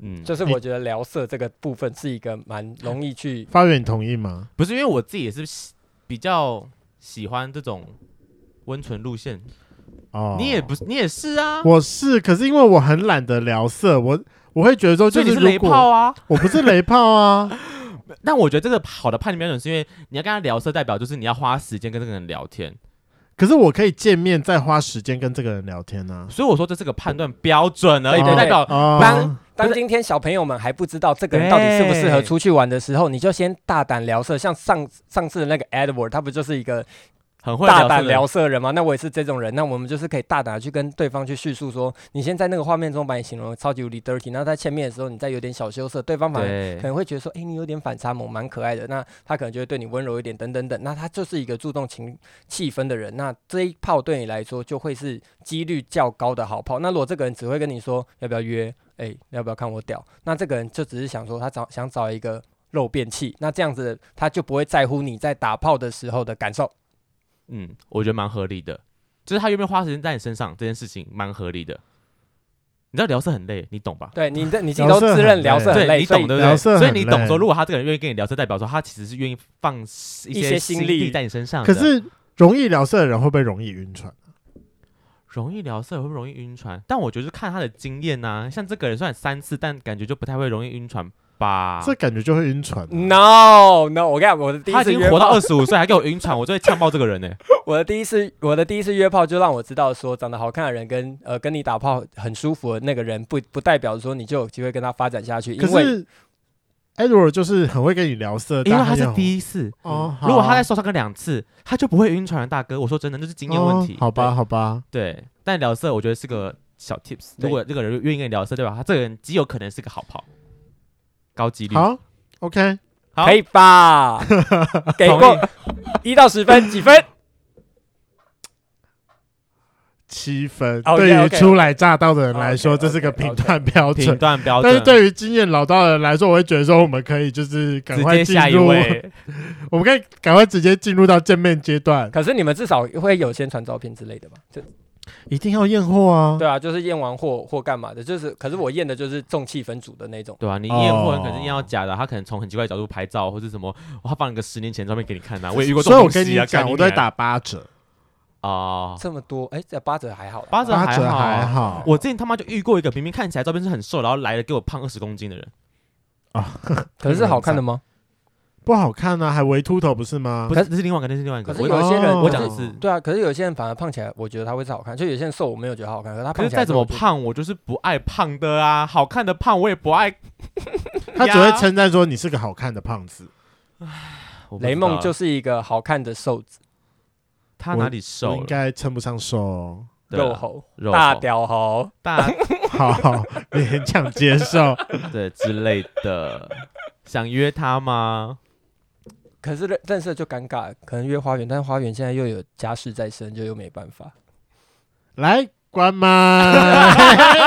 B: 嗯，
C: 就是
A: 你
C: 我觉得聊色这个部分是一个蛮容易去
B: 哎
A: 发源，你同意吗？
B: 不是因为我自己也是喜比较喜欢这种温存路线，
A: 哦，
B: 你也不是你也是啊，
A: 我是，可是因为我很懒得聊色，我我会觉得说，
B: 所
A: 就
B: 以你是
A: 如
B: 雷
A: 果
B: 炮啊。
A: 我不是雷炮啊，
B: 但我觉得这个好的判定标准是因为你要跟他聊色，代表就是你要花时间跟这个人聊天，
A: 可是我可以见面再花时间跟这个人聊天啊。
B: 所以我说这是个判断标准而已，
C: 对
B: 不
C: 对
B: 代表
A: 哦
C: 当，当今天小朋友们还不知道这个人到底适不适合
B: 对
C: 出去玩的时候，你就先大胆聊色。像上上次的那个 Edward，他不就是一个
B: 很会
C: 大胆
B: 聊
C: 聊色人吗？那我也是这种人。那我们就是可以大胆的去跟对方去叙述说，你先在那个画面中把你形容的超级无敌 dirty，那在前面的时候你再有点小羞涩，对方
B: 色
C: 反而
B: 人，
C: 可
B: 对，
C: 能会觉得说，哎、你有点反差萌，蛮可爱的。那他可能就会对你温柔一点，等等等。那他就是一个注重情气氛的人。那这一炮对你来说就会是几率较高的好炮。那如果这个人只会跟你说要不要约，哎、要不要看我屌，那这个人就只是想说他找想找一个肉便器。那这样子他就不会在乎你在打炮的时候的感受。
B: 嗯，我觉得蛮合理的，就是他愿不愿意花时间在你身上这件事情蛮合理的。你知道聊色很累，你懂吧？
C: 对你的你自己都自认
A: 聊
C: 聊
A: 色
C: 色
A: 很
C: 很
B: 对
C: 累，
B: 你
C: 所以
B: 懂对不
A: 聊
B: 对？
A: 色
B: 所以
A: 很
B: 你懂
A: 嗯累
B: 说，如果他这个人愿意跟你聊色，代表说他其实是愿意放一
C: 一些
B: 心
C: 心力
B: 在你身上的。
A: 可是容易聊色的人会不会容易晕船？
B: 容易聊色会不会容易晕船？但我觉得是看他的经验呐、像这个人虽然三次，但感觉就不太会容易晕船吧。
A: 这感觉就会晕船啊、
C: No No，我跟你讲，我的第一
B: 他已
C: 次
B: 经
C: 约
B: 活到
C: 炮
B: 二，十五岁还给我晕船，我就会呛爆这 个人呢、
C: 我的第一次我的第一次约炮就让我知道说，长得好看的人跟呃跟你打炮很舒服的那个人不不代表说你就有机会跟他发展下去，
A: 可
C: 因为
A: 是 Edward 就是很会跟你聊色，
B: 因为
A: 但
B: 他
A: 也
B: 是
A: 很
B: 第一次，
A: 哦，
B: 如果他再
A: 在
B: 受伤个两次，他就不会晕船了。大哥，我说真的，那是经验问题。
A: 哦好吧，好吧，
B: 对，对。但聊色我觉得是个小 tips，
C: 对
B: 如果这个人愿意跟你聊色，对吧？他这个人极有可能是个好炮，高几率。
A: 好，OK，
B: 好
C: 可以吧？ 给过一到十分几分？
A: 七分。
C: 哦
A: 对于
C: OK，OK
A: 初来乍到的人
B: 哦
A: 来说，
C: OK，OK，
A: 这是个
C: OK，
A: 评断标
B: 评
A: 准。
B: 断标
A: 但
B: 准
A: 是，对于经验老道的人来说，我会觉得说，我们可以就是赶
B: 直
A: 快
B: 接
A: 进
B: 下一
A: 入，
B: 位。
A: 我们可以赶快直接进入到见面阶段。
C: 可是你们至少会有先传照片之类的吧？就
A: 一定要验货啊！
C: 对啊，就是验完货或干嘛的，就是可是我验的就是重气氛组的那种。
B: 对啊，你验货很可能
A: 哦
B: 是验到假的，他可能从很奇怪的角度拍照，或是什么，哦他放了个十年前的照片给你看呐、我也遇过这
A: 所以
B: 种
A: 我
B: 东西
A: 跟
B: 啊。
A: 你
B: 看
A: 讲，我都会
B: 娘
A: 打八折，
B: 啊、
C: 这么多，哎，这八折还好啦，
B: 八折
A: 八
B: 还
A: 折
B: 好啊
A: 还好。
B: 我之前他妈就遇过一个明明看起来照片是很瘦，然后来了给我胖二十公斤的人，
C: 可是好看的吗？
A: 不好看啊，还围秃头不是吗？
B: 不是，这是另外一个，那是另外一个。
C: 可是
B: 我
C: 有些人
A: 哦
B: 我讲的是，
C: 对啊，可是有些人反而胖起来，我觉得他会是好看，就有些人瘦，我没有觉得好看，可是他
B: 可
C: 胖
B: 是
C: 起来
B: 再
C: 之
B: 怎
C: 后
B: 么
C: 我就，
B: 胖，我就是不爱胖的啊。好看的胖我也不爱。
A: 他只会称赞说你是个好看的胖子。
B: 我不知道
C: 雷梦就是一个好看的瘦子，
B: 他哪里瘦
A: 我应
B: 了？
A: 该称不上瘦哦。
B: 对啊
C: 肉猴、
B: 肉
C: 大
B: 猴
C: 屌猴，
B: 大
A: 好，勉强接 受。
B: 对之类的。想约他吗？
C: 可是认认识了就尴尬，可能约花园，但是花园现在又有家事在身，就又没办法。
A: 来，关麦。